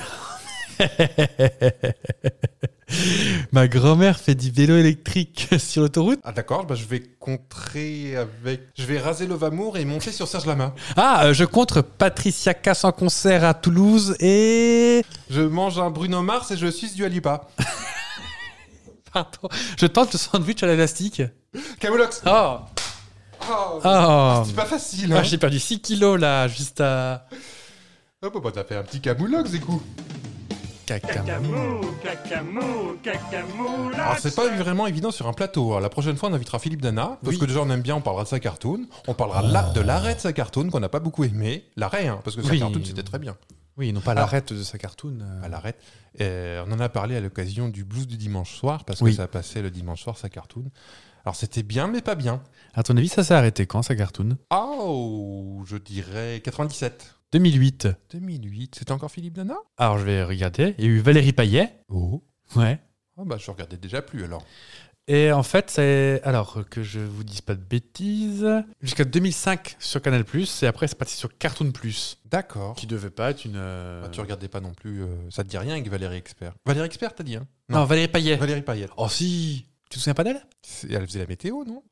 S3: Ma grand-mère fait du vélo électrique sur l'autoroute.
S1: Ah, d'accord, bah, je vais contrer avec. Je vais raser Lovamour et monter sur Serge Lama.
S3: Ah, euh, je contre Patricia Cass en concert à Toulouse et...
S1: Je mange un Bruno Mars et je suce du Alipa.
S3: Pardon, je tente le sandwich à l'élastique.
S1: Camoulox
S3: Oh,
S1: Oh,
S3: oh.
S1: C'est pas facile, hein
S3: Ah, j'ai perdu 6 kilos là, juste à...
S1: Hop, bah, t'as fait un petit Camoulox, du coup. Alors, c'est pas vraiment évident sur un plateau. Alors, la prochaine fois, on invitera Philippe Dana. Parce que déjà, on aime bien, on parlera de sa cartoon. On parlera de la- de l'arrêt de sa cartoon qu'on n'a pas beaucoup aimé. L'arrêt, hein, parce que sa
S3: Oui.
S1: cartoon, c'était très bien.
S3: Oui, non pas l'arête de sa cartoon.
S1: À l'arrêt. Euh, on en a parlé à l'occasion du blues du dimanche soir, parce
S3: Oui.
S1: que ça passait le dimanche soir, sa cartoon. Alors, c'était bien, mais pas bien.
S3: À ton avis, ça s'est arrêté quand sa cartoon
S1: Oh, je dirais 97.
S3: 2008.
S1: 2008, c'était encore Philippe Dana
S3: Alors je vais regarder. Il y a eu Valérie Payet.
S1: Oh.
S3: Ouais.
S1: Ah bah, je regardais déjà plus alors.
S3: Et en fait, c'est. Alors, que je vous dise pas de bêtises. Jusqu'à 2005 sur Canal, et après, c'est parti sur Cartoon,
S1: D'accord.
S3: qui devait pas être une. euh,
S1: Bah, tu regardais pas non plus. euh, ça te dit rien avec Valérie Expert. Valérie Expert, t'as dit, hein
S3: Non, Valérie Payet.
S1: Valérie Payette.
S3: Oh si Tu te souviens pas d'elle Euh,
S1: C'est- Elle faisait la météo, non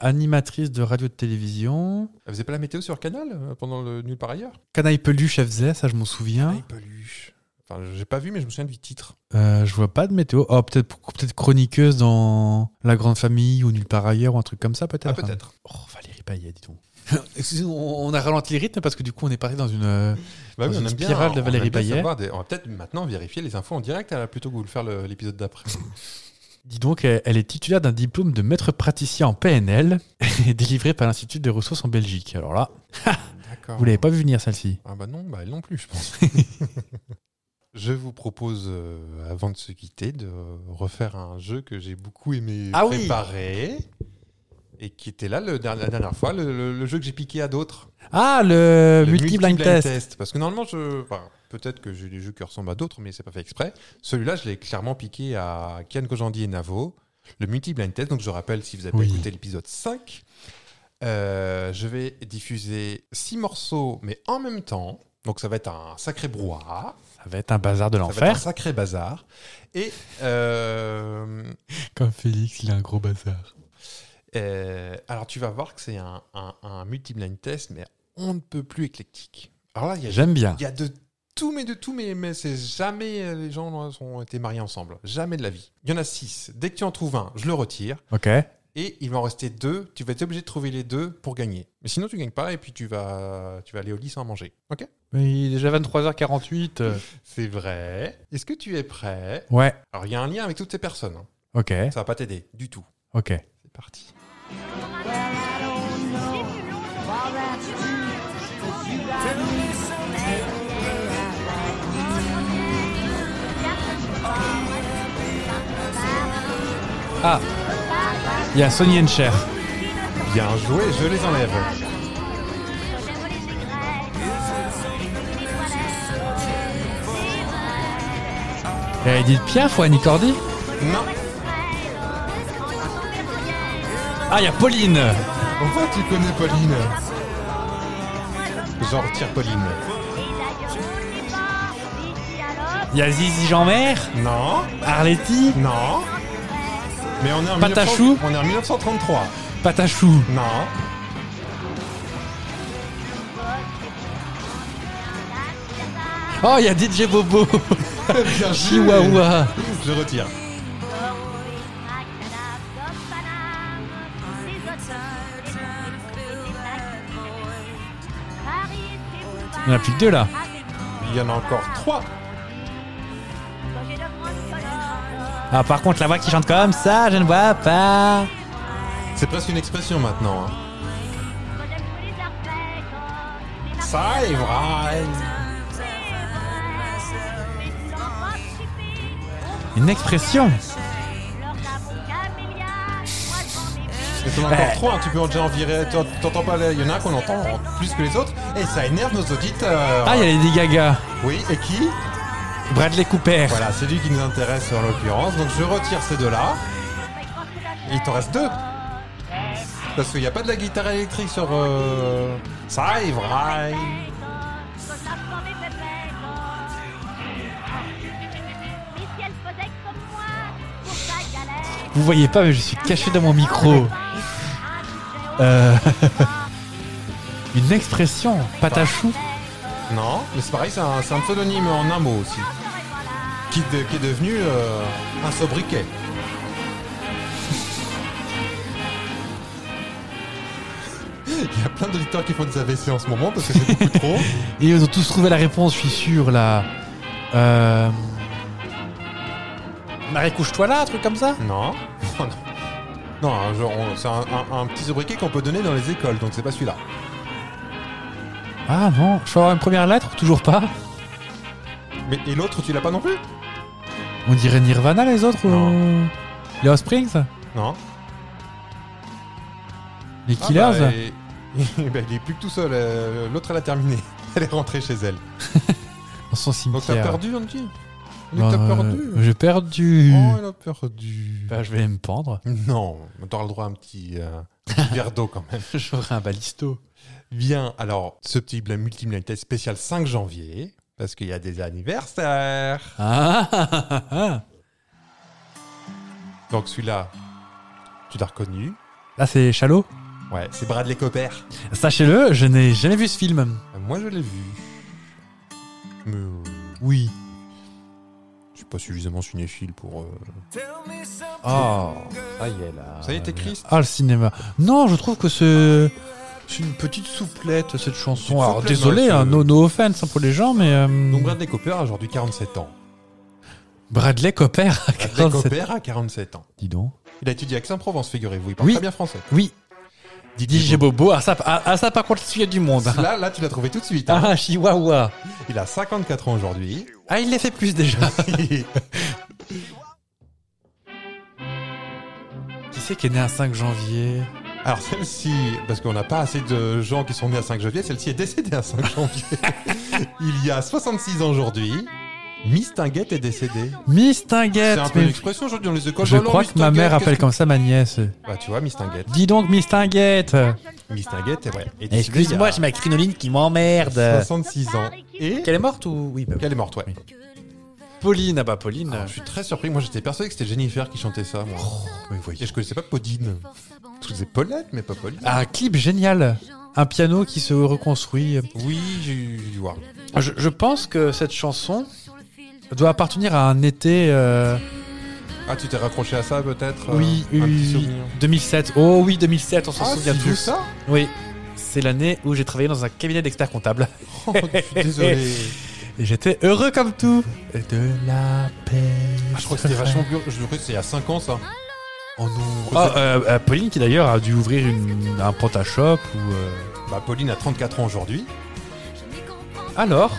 S3: Animatrice de radio de télévision.
S1: Elle faisait pas la météo sur Canal euh, pendant le Nul par ailleurs
S3: Canaille Peluche, elle faisait, ça je m'en souviens.
S1: Valérie Peluche. Enfin, j'ai pas vu, mais je me souviens du titre.
S3: Euh, je vois pas de météo. Oh, peut-être peut chroniqueuse dans La Grande Famille ou Nulle part ailleurs ou un truc comme ça, peut-être.
S1: Ah, peut-être.
S3: Oh, Valérie Payet, dis donc. Excusez-nous, on a ralenti le rythme parce que du coup, on est parti dans une. euh,
S1: Bah
S3: Dans une
S1: aime bien-
S3: spirale de
S1: on aime
S3: Valérie
S1: bien
S3: Payet.
S1: savoir des- On va peut-être maintenant vérifier les infos en direct euh, plutôt que vous le faire le- l'épisode d'après.
S3: Dis donc, elle elle est titulaire d'un diplôme de maître praticien en PNL et délivré par l'Institut des ressources en Belgique. Alors là,
S1: D'accord.
S3: vous l'avez pas vu venir celle-ci.
S1: Ah bah non, bah elle non plus, je pense. je vous propose, euh, avant de se quitter, de refaire un jeu que j'ai beaucoup aimé
S3: Ah oui
S1: préparer. Et qui était là le der- la dernière fois, le, le- le jeu que j'ai piqué à d'autres.
S3: Ah, le,
S1: Le
S3: multi-blind
S1: multi-blind
S3: test.
S1: Parce que normalement, je, enfin, peut-être que j'ai des jeux qui ressemblent à d'autres, mais c'est pas fait exprès. Celui-là, je l'ai clairement piqué à Kian Kojandi et Navo. Le multi-blind test, donc je rappelle si vous avez
S3: Oui.
S1: écouté l'épisode 5, euh, je vais diffuser 6 morceaux, mais en même temps. Donc ça va être un sacré brouhaha,
S3: Ça va être un bazar de
S1: ça va être un
S3: l'enfer.
S1: sacré bazar. Et euh,
S3: Comme Félix, il a un gros bazar.
S1: euh, alors tu vas voir que c'est un, un, un multi-blind test, mais on ne peut plus éclectique. Alors là, il y a
S3: J'aime bien.
S1: Il y a de tout, mais de tout, mais, mais c'est jamais euh, les gens là, ont été mariés ensemble. Jamais de la vie. Il y en a six. Dès que tu en trouves un, je le retire.
S3: Ok.
S1: Et il va en rester deux. Tu vas être obligé de trouver les deux pour gagner. Mais sinon, tu gagnes pas et puis tu vas, tu vas aller au lit sans manger. Ok
S3: Mais il est déjà 23h48. euh.
S1: C'est vrai. Est-ce que tu es prêt
S3: Ouais.
S1: Alors, il y a un lien avec toutes ces personnes. hein.
S3: Ok.
S1: Ça va pas t'aider du tout.
S3: Ok.
S1: C'est parti.
S3: Ah Il y a Sonny and Cher.
S1: Bien joué, je les enlève.
S3: Et Edith Piaf ou Annie Cordy
S1: Non.
S3: Ah, il y a Pauline
S1: Enfin, tu connais Pauline. J'en retire Pauline.
S3: Il y a Zizi Jeanmer
S1: Non.
S3: Arletty
S1: Non. Mais on est en,
S3: Patachou
S1: 1900 on est en 1933.
S3: Patachou
S1: Non.
S3: Oh, il y a DJ Bobo
S1: Bien joué.
S3: Chihuahua
S1: Je retire.
S3: Il n'y en a plus que deux là.
S1: Il y en a encore trois.
S3: Ah, par contre, la voix qui chante comme ça, je ne vois pas.
S1: C'est presque une expression maintenant. hein. Ça est vrai.
S3: Une expression
S1: Mais t'en entends trop, hein, tu peux en déjà en virer. t'en- T'entends pas, là, il y en a un qu'on entend plus que les autres, et ça énerve nos auditeurs.
S3: Ah, il y a Lady Gaga.
S1: Oui, et qui
S3: Bradley Cooper.
S1: Voilà, c'est lui qui nous intéresse en l'occurrence. Donc je retire ces deux-là. Et Il t'en reste deux. Parce qu'il n'y a pas de la guitare électrique sur. euh, Ça arrive, arrive.
S3: Vous voyez pas, mais je suis caché dans mon micro. Euh, Une expression, patachou.
S1: Non, mais c'est pareil, c'est un, c'est un pseudonyme en un mot aussi. Qui, de- qui est devenu euh, un sobriquet. Il y a plein d'auditeurs qui font des AVC en ce moment parce que c'est beaucoup trop.
S3: Et ils ont tous trouvé la réponse, je suis sûr, là. Euh... Marie, couche-toi là, un truc comme ça
S1: Non. non, un genre, on- c'est un, un- un petit sobriquet qu'on peut donner dans les écoles, donc c'est pas celui-là.
S3: Ah non, je peux avoir une première lettre Toujours pas
S1: Mais et l'autre, tu l'as pas non plus
S3: On dirait Nirvana, les autres
S1: Non.
S3: ou... Les Offsprings
S1: Non.
S3: Les
S1: Ah,
S3: Killers
S1: bah, et- et bah, il est plus que tout seul. euh, l'autre, elle a terminé. Elle est rentrée chez elle.
S3: Dans son
S1: Donc t'as
S3: cimetière.
S1: perdu, on dit Mais
S3: Bah,
S1: T'as
S3: euh,
S1: perdu.
S3: J'ai perdu.
S1: Oh, elle a perdu.
S3: Bah, je vais me pendre.
S1: Non, t'auras le droit à un petit, euh, petit verre d'eau quand même.
S3: J'aurai un balisto.
S1: Bien, alors, ce petit bla- multimillénaire spécial 5 janvier, parce qu'il y a des anniversaires.
S3: Ah, ah, ah, ah.
S1: Donc celui-là, tu l'as reconnu.
S3: Là, c'est Chalot.
S1: Ouais, c'est Bradley Cooper.
S3: Sachez-le, je n'ai jamais vu ce film.
S1: Euh, Moi, je l'ai vu. Mais euh,
S3: Oui.
S1: je suis pas suffisamment cinéphile pour... euh,
S3: Oh, ça y est là.
S1: Ça y est, t'es triste
S3: Ah, le cinéma. Non, je trouve que c'est. C'est une petite souplette, cette chanson.
S1: Petite
S3: Alors,
S1: souplette,
S3: désolé,
S1: non,
S3: hein,
S1: c'est-
S3: no, no offense hein, pour les gens, mais. euh,
S1: Donc Bradley Cooper a aujourd'hui 47 ans.
S3: Bradley Cooper à
S1: Bradley
S3: 47
S1: Cooper a 47 ans.
S3: Dis donc.
S1: Il a étudié à Aix-en-Provence, figurez-vous. Il parle
S3: Oui.
S1: très bien français.
S3: Oui, DJ
S1: Didier Bob.
S3: Bobo. Ah, ça, ah, ah, ça par contre, il y a du monde. hein.
S1: Là, là, tu l'as trouvé tout de suite. hein.
S3: Ah, Chihuahua.
S1: Il a 54 ans aujourd'hui.
S3: Ah, il les fait plus déjà. Qui c'est qui est né un 5 janvier
S1: Alors celle-ci, parce qu'on n'a pas assez de gens qui sont nés à 5 janvier, celle-ci est décédée à 5 janvier. Il y a 66 ans aujourd'hui, Miss Tinguette est décédée.
S3: Miss
S1: C'est
S3: Tinguette.
S1: un peu
S3: mais-
S1: une expression aujourd'hui dans les écoles.
S3: Je
S1: Oh, alors,
S3: crois
S1: Miss
S3: que ma
S1: Tinguette,
S3: mère appelle
S1: qu'est-ce
S3: comme ça ma nièce.
S1: que- Bah tu vois, Miss Tinguette.
S3: Dis donc, Miss Tinguette.
S1: Miss Tinguette, ouais. est décédée
S3: Excuse-moi, j'ai ma crinoline qui m'emmerde.
S1: il y a 66 ans. Et
S3: Qu'elle est morte ou oui bah oui.
S1: qu'elle est morte, ouais.
S3: Pauline, ah bah Pauline.
S1: Ah, je suis très surpris, moi j'étais persuadé que c'était Jennifer qui chantait ça, moi.
S3: Oh,
S1: Et je connaissais pas Podine. Je faisais Paulette, mais pas Pauline.
S3: Ah, Un clip génial. Un piano qui se reconstruit.
S1: Oui, j'ai dû voir.
S3: Je, je pense que cette chanson doit appartenir à un été euh,
S1: Ah, tu t'es raccroché à ça peut-être euh,
S3: oui,
S1: Un
S3: oui,
S1: petit
S3: oui,
S1: souvenir.
S3: 2007. Oh oui 2007, on s'en souvient
S1: si vieux
S3: tous.
S1: ça
S3: Oui. C'est l'année où j'ai travaillé dans un cabinet d'experts comptables.
S1: Oh, je suis désolé.
S3: Et j'étais heureux comme tout. Et de la paix.
S1: Ah, je crois que c'était vachement plus. Je crois que c'est il y a 5 ans ça.
S3: Oh non. Ah, euh, euh, Pauline qui d'ailleurs a dû ouvrir une- un pantashop ou. euh,
S1: Bah, Pauline a 34 ans aujourd'hui.
S9: Ah,
S3: Alors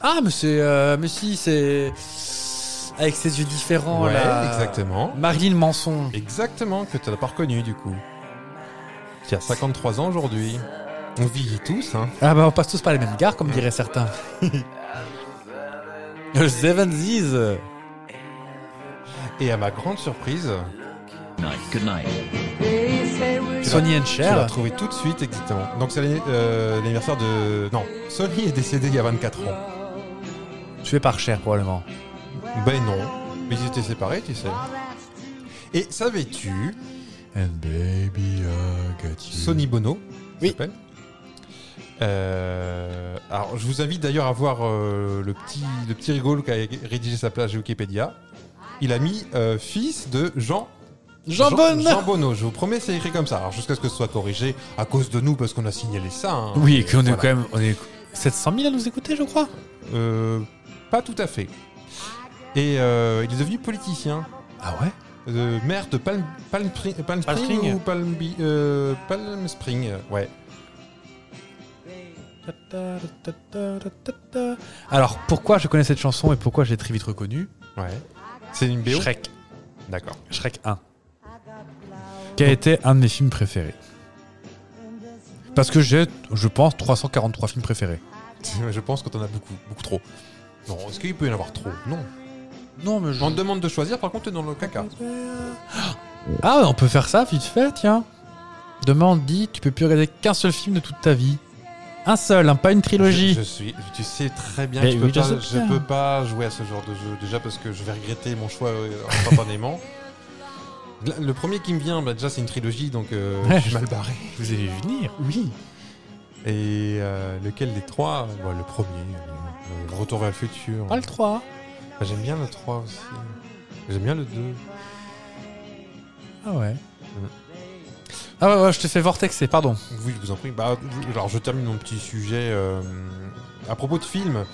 S3: Ah, mais c'est. euh, mais si, c'est. Avec ses yeux différents,
S1: ouais,
S3: Oh là.
S1: exactement.
S3: Marilyn Manson.
S1: Exactement, que tu n'as pas reconnu du coup. Qui a 53 ans aujourd'hui. On vieillit tous, hein.
S3: Ah, bah, on passe tous par les mêmes gares, comme diraient certains. Le Sevensies
S1: Et à ma grande surprise,
S3: Sonny and
S1: je l'ai
S3: Cher.
S1: trouvé tout de suite exactement. Donc c'est l'anni- euh, l'anniversaire de. Non, Sony est décédé il y a 24 ans.
S3: Tué par Cher, probablement.
S1: Ben non. Mais ils étaient séparés, tu sais. Et savais-tu
S3: And baby, I got you.
S1: Sonny Bono.
S3: Hmm. Oui.
S1: s'appelle. Euh, alors, je vous invite d'ailleurs à voir euh, le petit le petit rigolo qui a rédigé sa page Wikipédia. Il a mis euh, fils de Jean
S3: Jean
S1: Jean,
S3: Bonne
S1: Jean Bonneau. Je vous promets, c'est écrit comme ça. Alors jusqu'à ce que ce soit corrigé à cause de nous parce qu'on a signalé ça. hein.
S3: Oui, et qu'on est
S1: Voilà.
S3: quand même. On est 700 000 à nous écouter, je crois.
S1: Euh, pas tout à fait. Et euh, il est devenu politicien.
S3: Ah ouais
S1: euh, maire de Palm, Palm, Pri- Palm
S3: Palm
S1: Spring,
S3: Spring.
S1: ou Palm, Bi- euh, Palm Spring, ouais.
S3: Alors, pourquoi je connais cette chanson et pourquoi je l'ai très vite reconnue
S1: ouais. C'est une BO
S3: Shrek.
S1: D'accord.
S3: Shrek 1. Qui a été un de mes films préférés. Parce que j'ai, je pense, 343 films préférés.
S1: Je pense qu'on en a beaucoup, beaucoup trop. Non, est-ce qu'il peut y en avoir trop Non.
S3: Non, mais
S1: On te demande de choisir, par contre, t'es dans le caca.
S3: Ah, on peut faire ça vite fait, tiens. Demain, on te dit, tu peux plus regarder qu'un seul film de toute ta vie. Un seul, hein, pas une trilogie.
S1: Je, je suis, tu sais très bien
S3: Mais
S1: que je peux,
S3: oui, je
S1: pas,
S3: sais
S1: je
S3: bien.
S1: peux pas jouer à ce genre de jeu, déjà parce que je vais regretter mon choix euh, instantanément. Là, Le premier qui me vient, bah, déjà c'est une trilogie, donc euh,
S3: Ouais,
S1: je suis
S3: je-
S1: mal barré.
S3: Vous allez venir, oui.
S1: Et euh, lequel des trois Bah, Le premier, euh, le Retour vers le futur.
S3: Pas Oh, le 3.
S1: Bah, J'aime bien le 3 aussi. J'aime bien le 2.
S3: Ah ouais. Ah ouais, ouais, je te fais vortexer, pardon.
S1: Oui, je vous en prie. Bah, je- alors, je termine mon petit sujet. euh, à propos de films,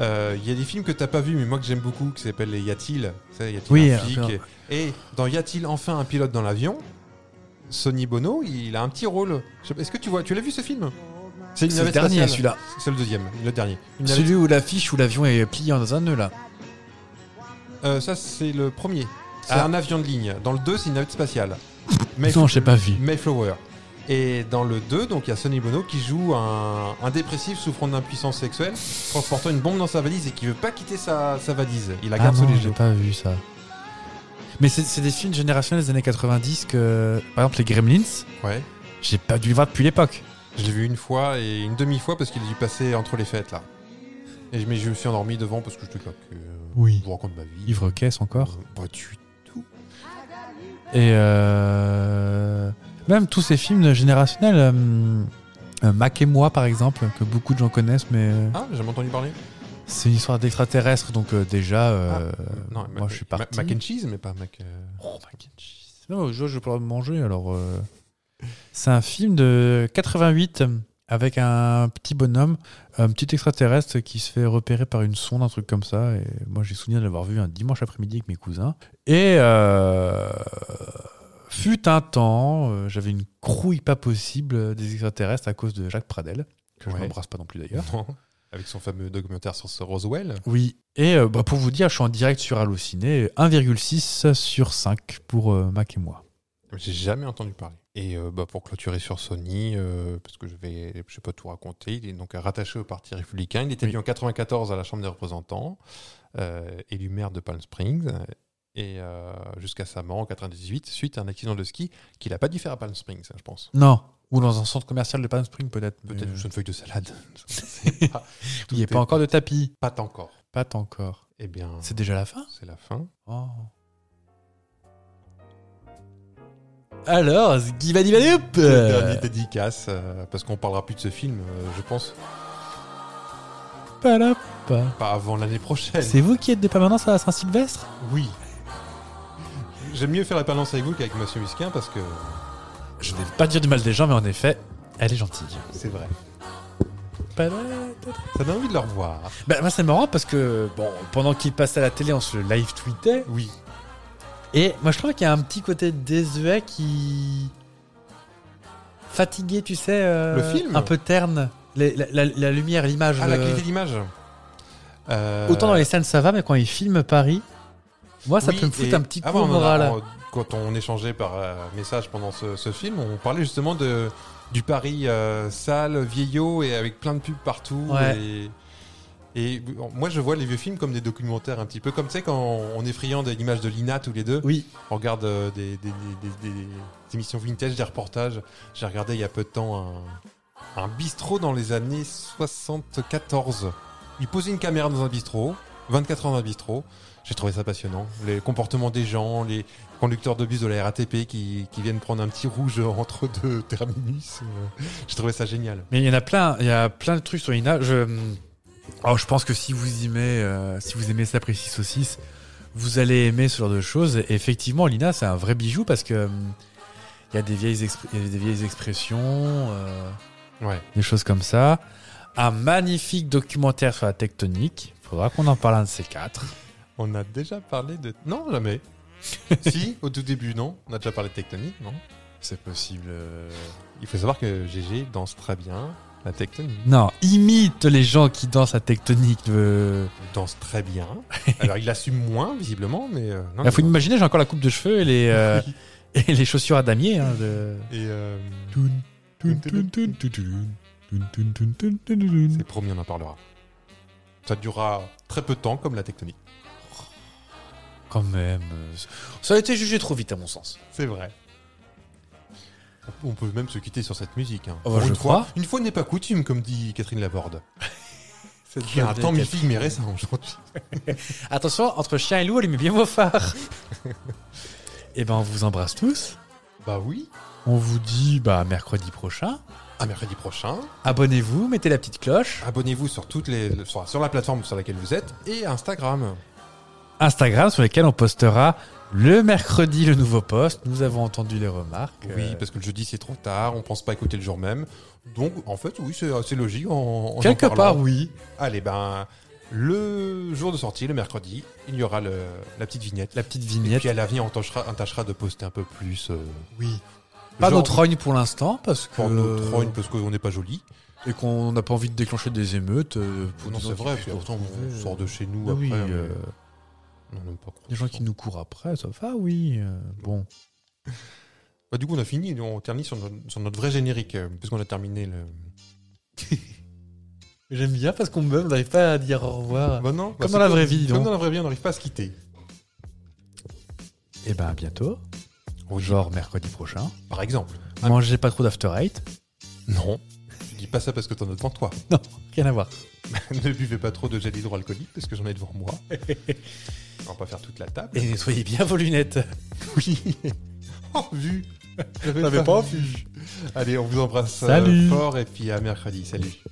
S1: euh, il y a des films que t'as pas vu, mais moi que j'aime beaucoup, qui s'appellent les Y a-t-il Tu sais, Y a-t-il
S3: Oui,
S1: un flic
S3: encore.
S1: et, et dans Y a-t-il enfin un pilote dans l'avion Sonny Bono, il a un petit rôle. Je sais pas, Est-ce que tu vois Tu l'as vu ce film C'est une
S3: C'est le
S1: navette
S3: dernier,
S1: spatiale.
S3: celui-là.
S1: C'est le deuxième, le dernier. Une navette-
S3: Celui où l'affiche où l'avion est plié dans un nœud, là.
S1: euh, ça, c'est le premier. C'est
S3: Ah.
S1: un avion de ligne. Dans le 2, c'est une navette spatiale. Mais
S3: non, je l'ai pas vu.
S1: Mayflower. Et dans le 2, donc il y a Sonny Bono qui joue un, un dépressif souffrant d'impuissance sexuelle, transportant une bombe dans sa valise et qui veut pas quitter sa, sa valise. Il la
S3: Ah
S1: garde sous
S3: non,
S1: les
S3: j'ai
S1: yeux.
S3: pas vu ça. Mais c'est c'est des films générationnels des années 90 que... Par exemple, les Gremlins,
S1: Ouais.
S3: j'ai pas dû le voir depuis l'époque.
S1: Je l'ai vu une fois et une demi-fois parce qu'il est dû passer entre les fêtes là. Et je, mais je me suis endormi devant parce que je te claque. euh,
S3: Oui.
S1: Je vous raconte ma vie.
S3: Livre caisse encore.
S1: Euh, bah, tu-
S3: Et euh, même tous ces films générationnels, euh, euh, Mac et moi par exemple, que beaucoup de gens connaissent, mais euh,
S1: Ah, j'ai jamais entendu parler.
S3: c'est une histoire d'extraterrestre, donc euh, déjà, euh,
S1: Ah. non,
S3: moi
S1: ma-
S3: je suis
S1: ma-
S3: parti.
S1: Mac and cheese, mais pas Mac. euh,
S3: Oh, mac and cheese. Non, je, je vais pas le manger alors. euh, C'est un film de 88 avec un petit bonhomme, un petit extraterrestre qui se fait repérer par une sonde, un truc comme ça. Et moi j'ai souvenir de l'avoir vu un dimanche après-midi avec mes cousins. Et euh, fut un temps, euh, j'avais une crouille pas possible euh, des extraterrestres à cause de Jacques Pradel, que
S1: Ouais.
S3: je n'embrasse pas non plus d'ailleurs.
S1: non. Avec son fameux documentaire sur ce Roswell.
S3: Oui, et euh, bah, pour vous dire, je suis en direct sur Allociné, 1,6 sur 5 pour euh, Mac et moi.
S1: J'ai jamais entendu parler. Et euh, bah, pour clôturer sur Sony, euh, parce que je vais, je sais pas tout raconter, il est donc rattaché au Parti républicain. Il était
S3: Oui.
S1: élu en 94 à la Chambre des représentants, euh, élu maire de Palm Springs, et euh, jusqu'à sa mort en 98 suite à un accident de ski qu'il a pas dû faire à Palm Springs, hein, je pense.
S3: Non. Ou dans un centre commercial de Palm Spring, peut-être.
S1: Peut-être
S3: mais- euh,
S1: sous une feuille de salade.
S3: Il n'y a
S1: tout
S3: pas
S1: est-
S3: encore de tapis.
S1: pas encore.
S3: Pas encore.
S1: Eh bien,
S3: C'est déjà la fin Oh.
S1: c'est la fin.
S3: Alors, Guy Vadivadoup
S1: Le
S3: euh,
S1: Dernier dédicace, euh, parce qu'on parlera plus de ce film, euh, je pense,
S3: palapa.
S1: pas avant l'année prochaine.
S3: C'est vous qui êtes de permanence à Saint-Sylvestre
S1: Oui. J'aime mieux faire la balance avec vous qu'avec Monsieur Musquin parce que
S3: Je n'aime pas dire du mal des gens, mais en effet, elle est gentille.
S1: c'est vrai.
S3: Palapa.
S1: Ça donne envie de le revoir.
S3: Bah, moi, c'est marrant parce que, bon, pendant qu'il passait à la télé, on se le live tweetait.
S1: Oui.
S3: Et moi, je trouve qu'il y a un petit côté désuet qui. fatigué, tu sais. euh,
S1: Le film
S3: Un peu terne. Les- la, la- la lumière, l'image.
S1: Ah, la
S3: euh,
S1: qualité d'image. Euh,
S3: Autant dans les scènes, ça va, mais quand ils filment Paris, moi, ça
S1: oui,
S3: peut me foutre
S1: et-
S3: un petit coup
S1: Ah, bon,
S3: au
S1: on en a-
S3: moral.
S1: on- quand on échangeait par euh, message pendant ce, ce film, on parlait justement de du Paris euh, sale, vieillot et avec plein de pubs partout.
S3: Ouais.
S1: Et, et moi, je vois les vieux films comme des documentaires un petit peu. Comme tu sais, quand on est friand de l'image de Lina tous les deux,
S3: Oui,
S1: On regarde euh, des, des- des- des- des- des émissions vintage, des reportages. J'ai regardé il y a peu de temps un, un bistrot dans les années 74. Il posait une caméra dans un bistrot, 24 ans dans un bistrot. J'ai trouvé ça passionnant. Les comportements des gens, les conducteurs de bus de la RATP qui, qui viennent prendre un petit rouge entre deux terminus. euh, J'ai trouvé ça génial.
S3: mais il y en a plein, il y a plein de trucs sur Ina. Je, oh, je pense que si vous aimez, euh, si vous aimez ça précis saucisse, vous allez aimer ce genre de choses. Et effectivement, Lina, c'est un vrai bijou parce que hum, il y a des vieilles, expr- il y a des vieilles expressions, euh,
S1: Ouais.
S3: des choses comme ça. Un magnifique documentaire sur la tectonique. Faudra qu'on en parle un de ces quatre.
S1: On a déjà parlé de... Non, jamais. si, au tout début, non. On a déjà parlé de tectonique, non
S3: C'est possible. euh,
S1: Il faut savoir que GG danse très bien la tectonique.
S3: Non, imite les gens qui dansent à tectonique. euh.
S1: Il danse très bien. Alors, il assume moins, visiblement, mais. euh, non,
S3: Il Ah, faut
S1: il danse.
S3: imaginer, j'ai encore la coupe de cheveux et les, euh, et les chaussures à damier. hein, de-
S1: Et. euh,
S3: C'est-
S1: C'est promis, on en parlera. Ça durera très peu de temps, comme la tectonique.
S3: Quand même. euh, Ça a été jugé trop vite, à mon sens.
S1: C'est vrai. On peut même se quitter sur cette musique. hein.
S3: Oh, bah,
S1: Pour
S3: je
S1: une fois,
S3: crois.
S1: une fois n'est pas coutume, comme dit Catherine Laborde.
S3: C'est
S1: Qui a un temps mythique mais récent aujourd'hui.
S3: Attention, entre chien et loup, allumez bien vos phares. Eh ben, on vous embrasse tous.
S1: Bah oui.
S3: On vous dit bah, mercredi prochain.
S1: À mercredi prochain.
S3: Abonnez-vous, mettez la petite cloche.
S1: Abonnez-vous sur toutes les sur, sur la plateforme sur laquelle vous êtes et Instagram.
S3: Instagram sur lesquels on postera le mercredi le nouveau post. Nous avons entendu les remarques.
S1: Oui, parce que le jeudi c'est trop tard, on pense pas écouter le jour même. Donc en fait oui, c'est c'est logique. en- en en
S3: Quelque
S1: parlant.
S3: part, oui.
S1: Allez ben le jour de sortie, le mercredi, il y aura le- la petite vignette.
S3: La petite
S1: Et
S3: vignette.
S1: puis à l'avenir, on tâchera, on tâchera de poster un peu plus. oui.
S3: Pas notre euh, rogne pour l'instant, parce que.
S1: Pour notre rogne, parce qu'on n'est pas joli.
S3: Et qu'on n'a pas envie de déclencher des émeutes. euh, pour
S1: non,
S3: des gens
S1: c'est
S3: qui
S1: vrai,
S3: puissent
S1: puis
S3: nous
S1: pourtant, on
S3: retrouver,
S1: sort de
S3: euh,
S1: chez nous
S3: bah
S1: après.
S3: oui,
S1: mais,
S3: euh,
S1: non, même pas.
S3: Des gens qui nous courent après, ça va, oui. euh, bon.
S1: Bah, du coup, on a fini, on termine sur notre, sur notre vrai générique, euh, puisqu'on a terminé le.
S3: J'aime bien parce qu'on meurt, on n'arrive pas à dire au revoir.
S1: Bah non, bah,
S3: Ah. Comme
S1: c'est
S3: dans la vraie vie,
S1: Comme
S3: donc.
S1: dans la vraie vie, on n'arrive pas à se quitter.
S3: Et ben à bientôt.
S1: Oui.
S3: Genre mercredi prochain.
S1: Par exemple.
S3: Mangez pas trop d'after eight.
S1: Non. Tu dis pas ça parce que t'en as devant toi.
S3: Non, rien à voir.
S1: ne buvez pas trop de gel hydroalcoolique, parce que j'en ai devant moi. on va pas faire toute la table.
S3: Et nettoyez bien vos lunettes.
S1: Oui. En vue.
S3: J'avais pas
S1: vu. Allez, on vous embrasse euh,
S3: Salut.
S1: fort et puis à mercredi. Salut.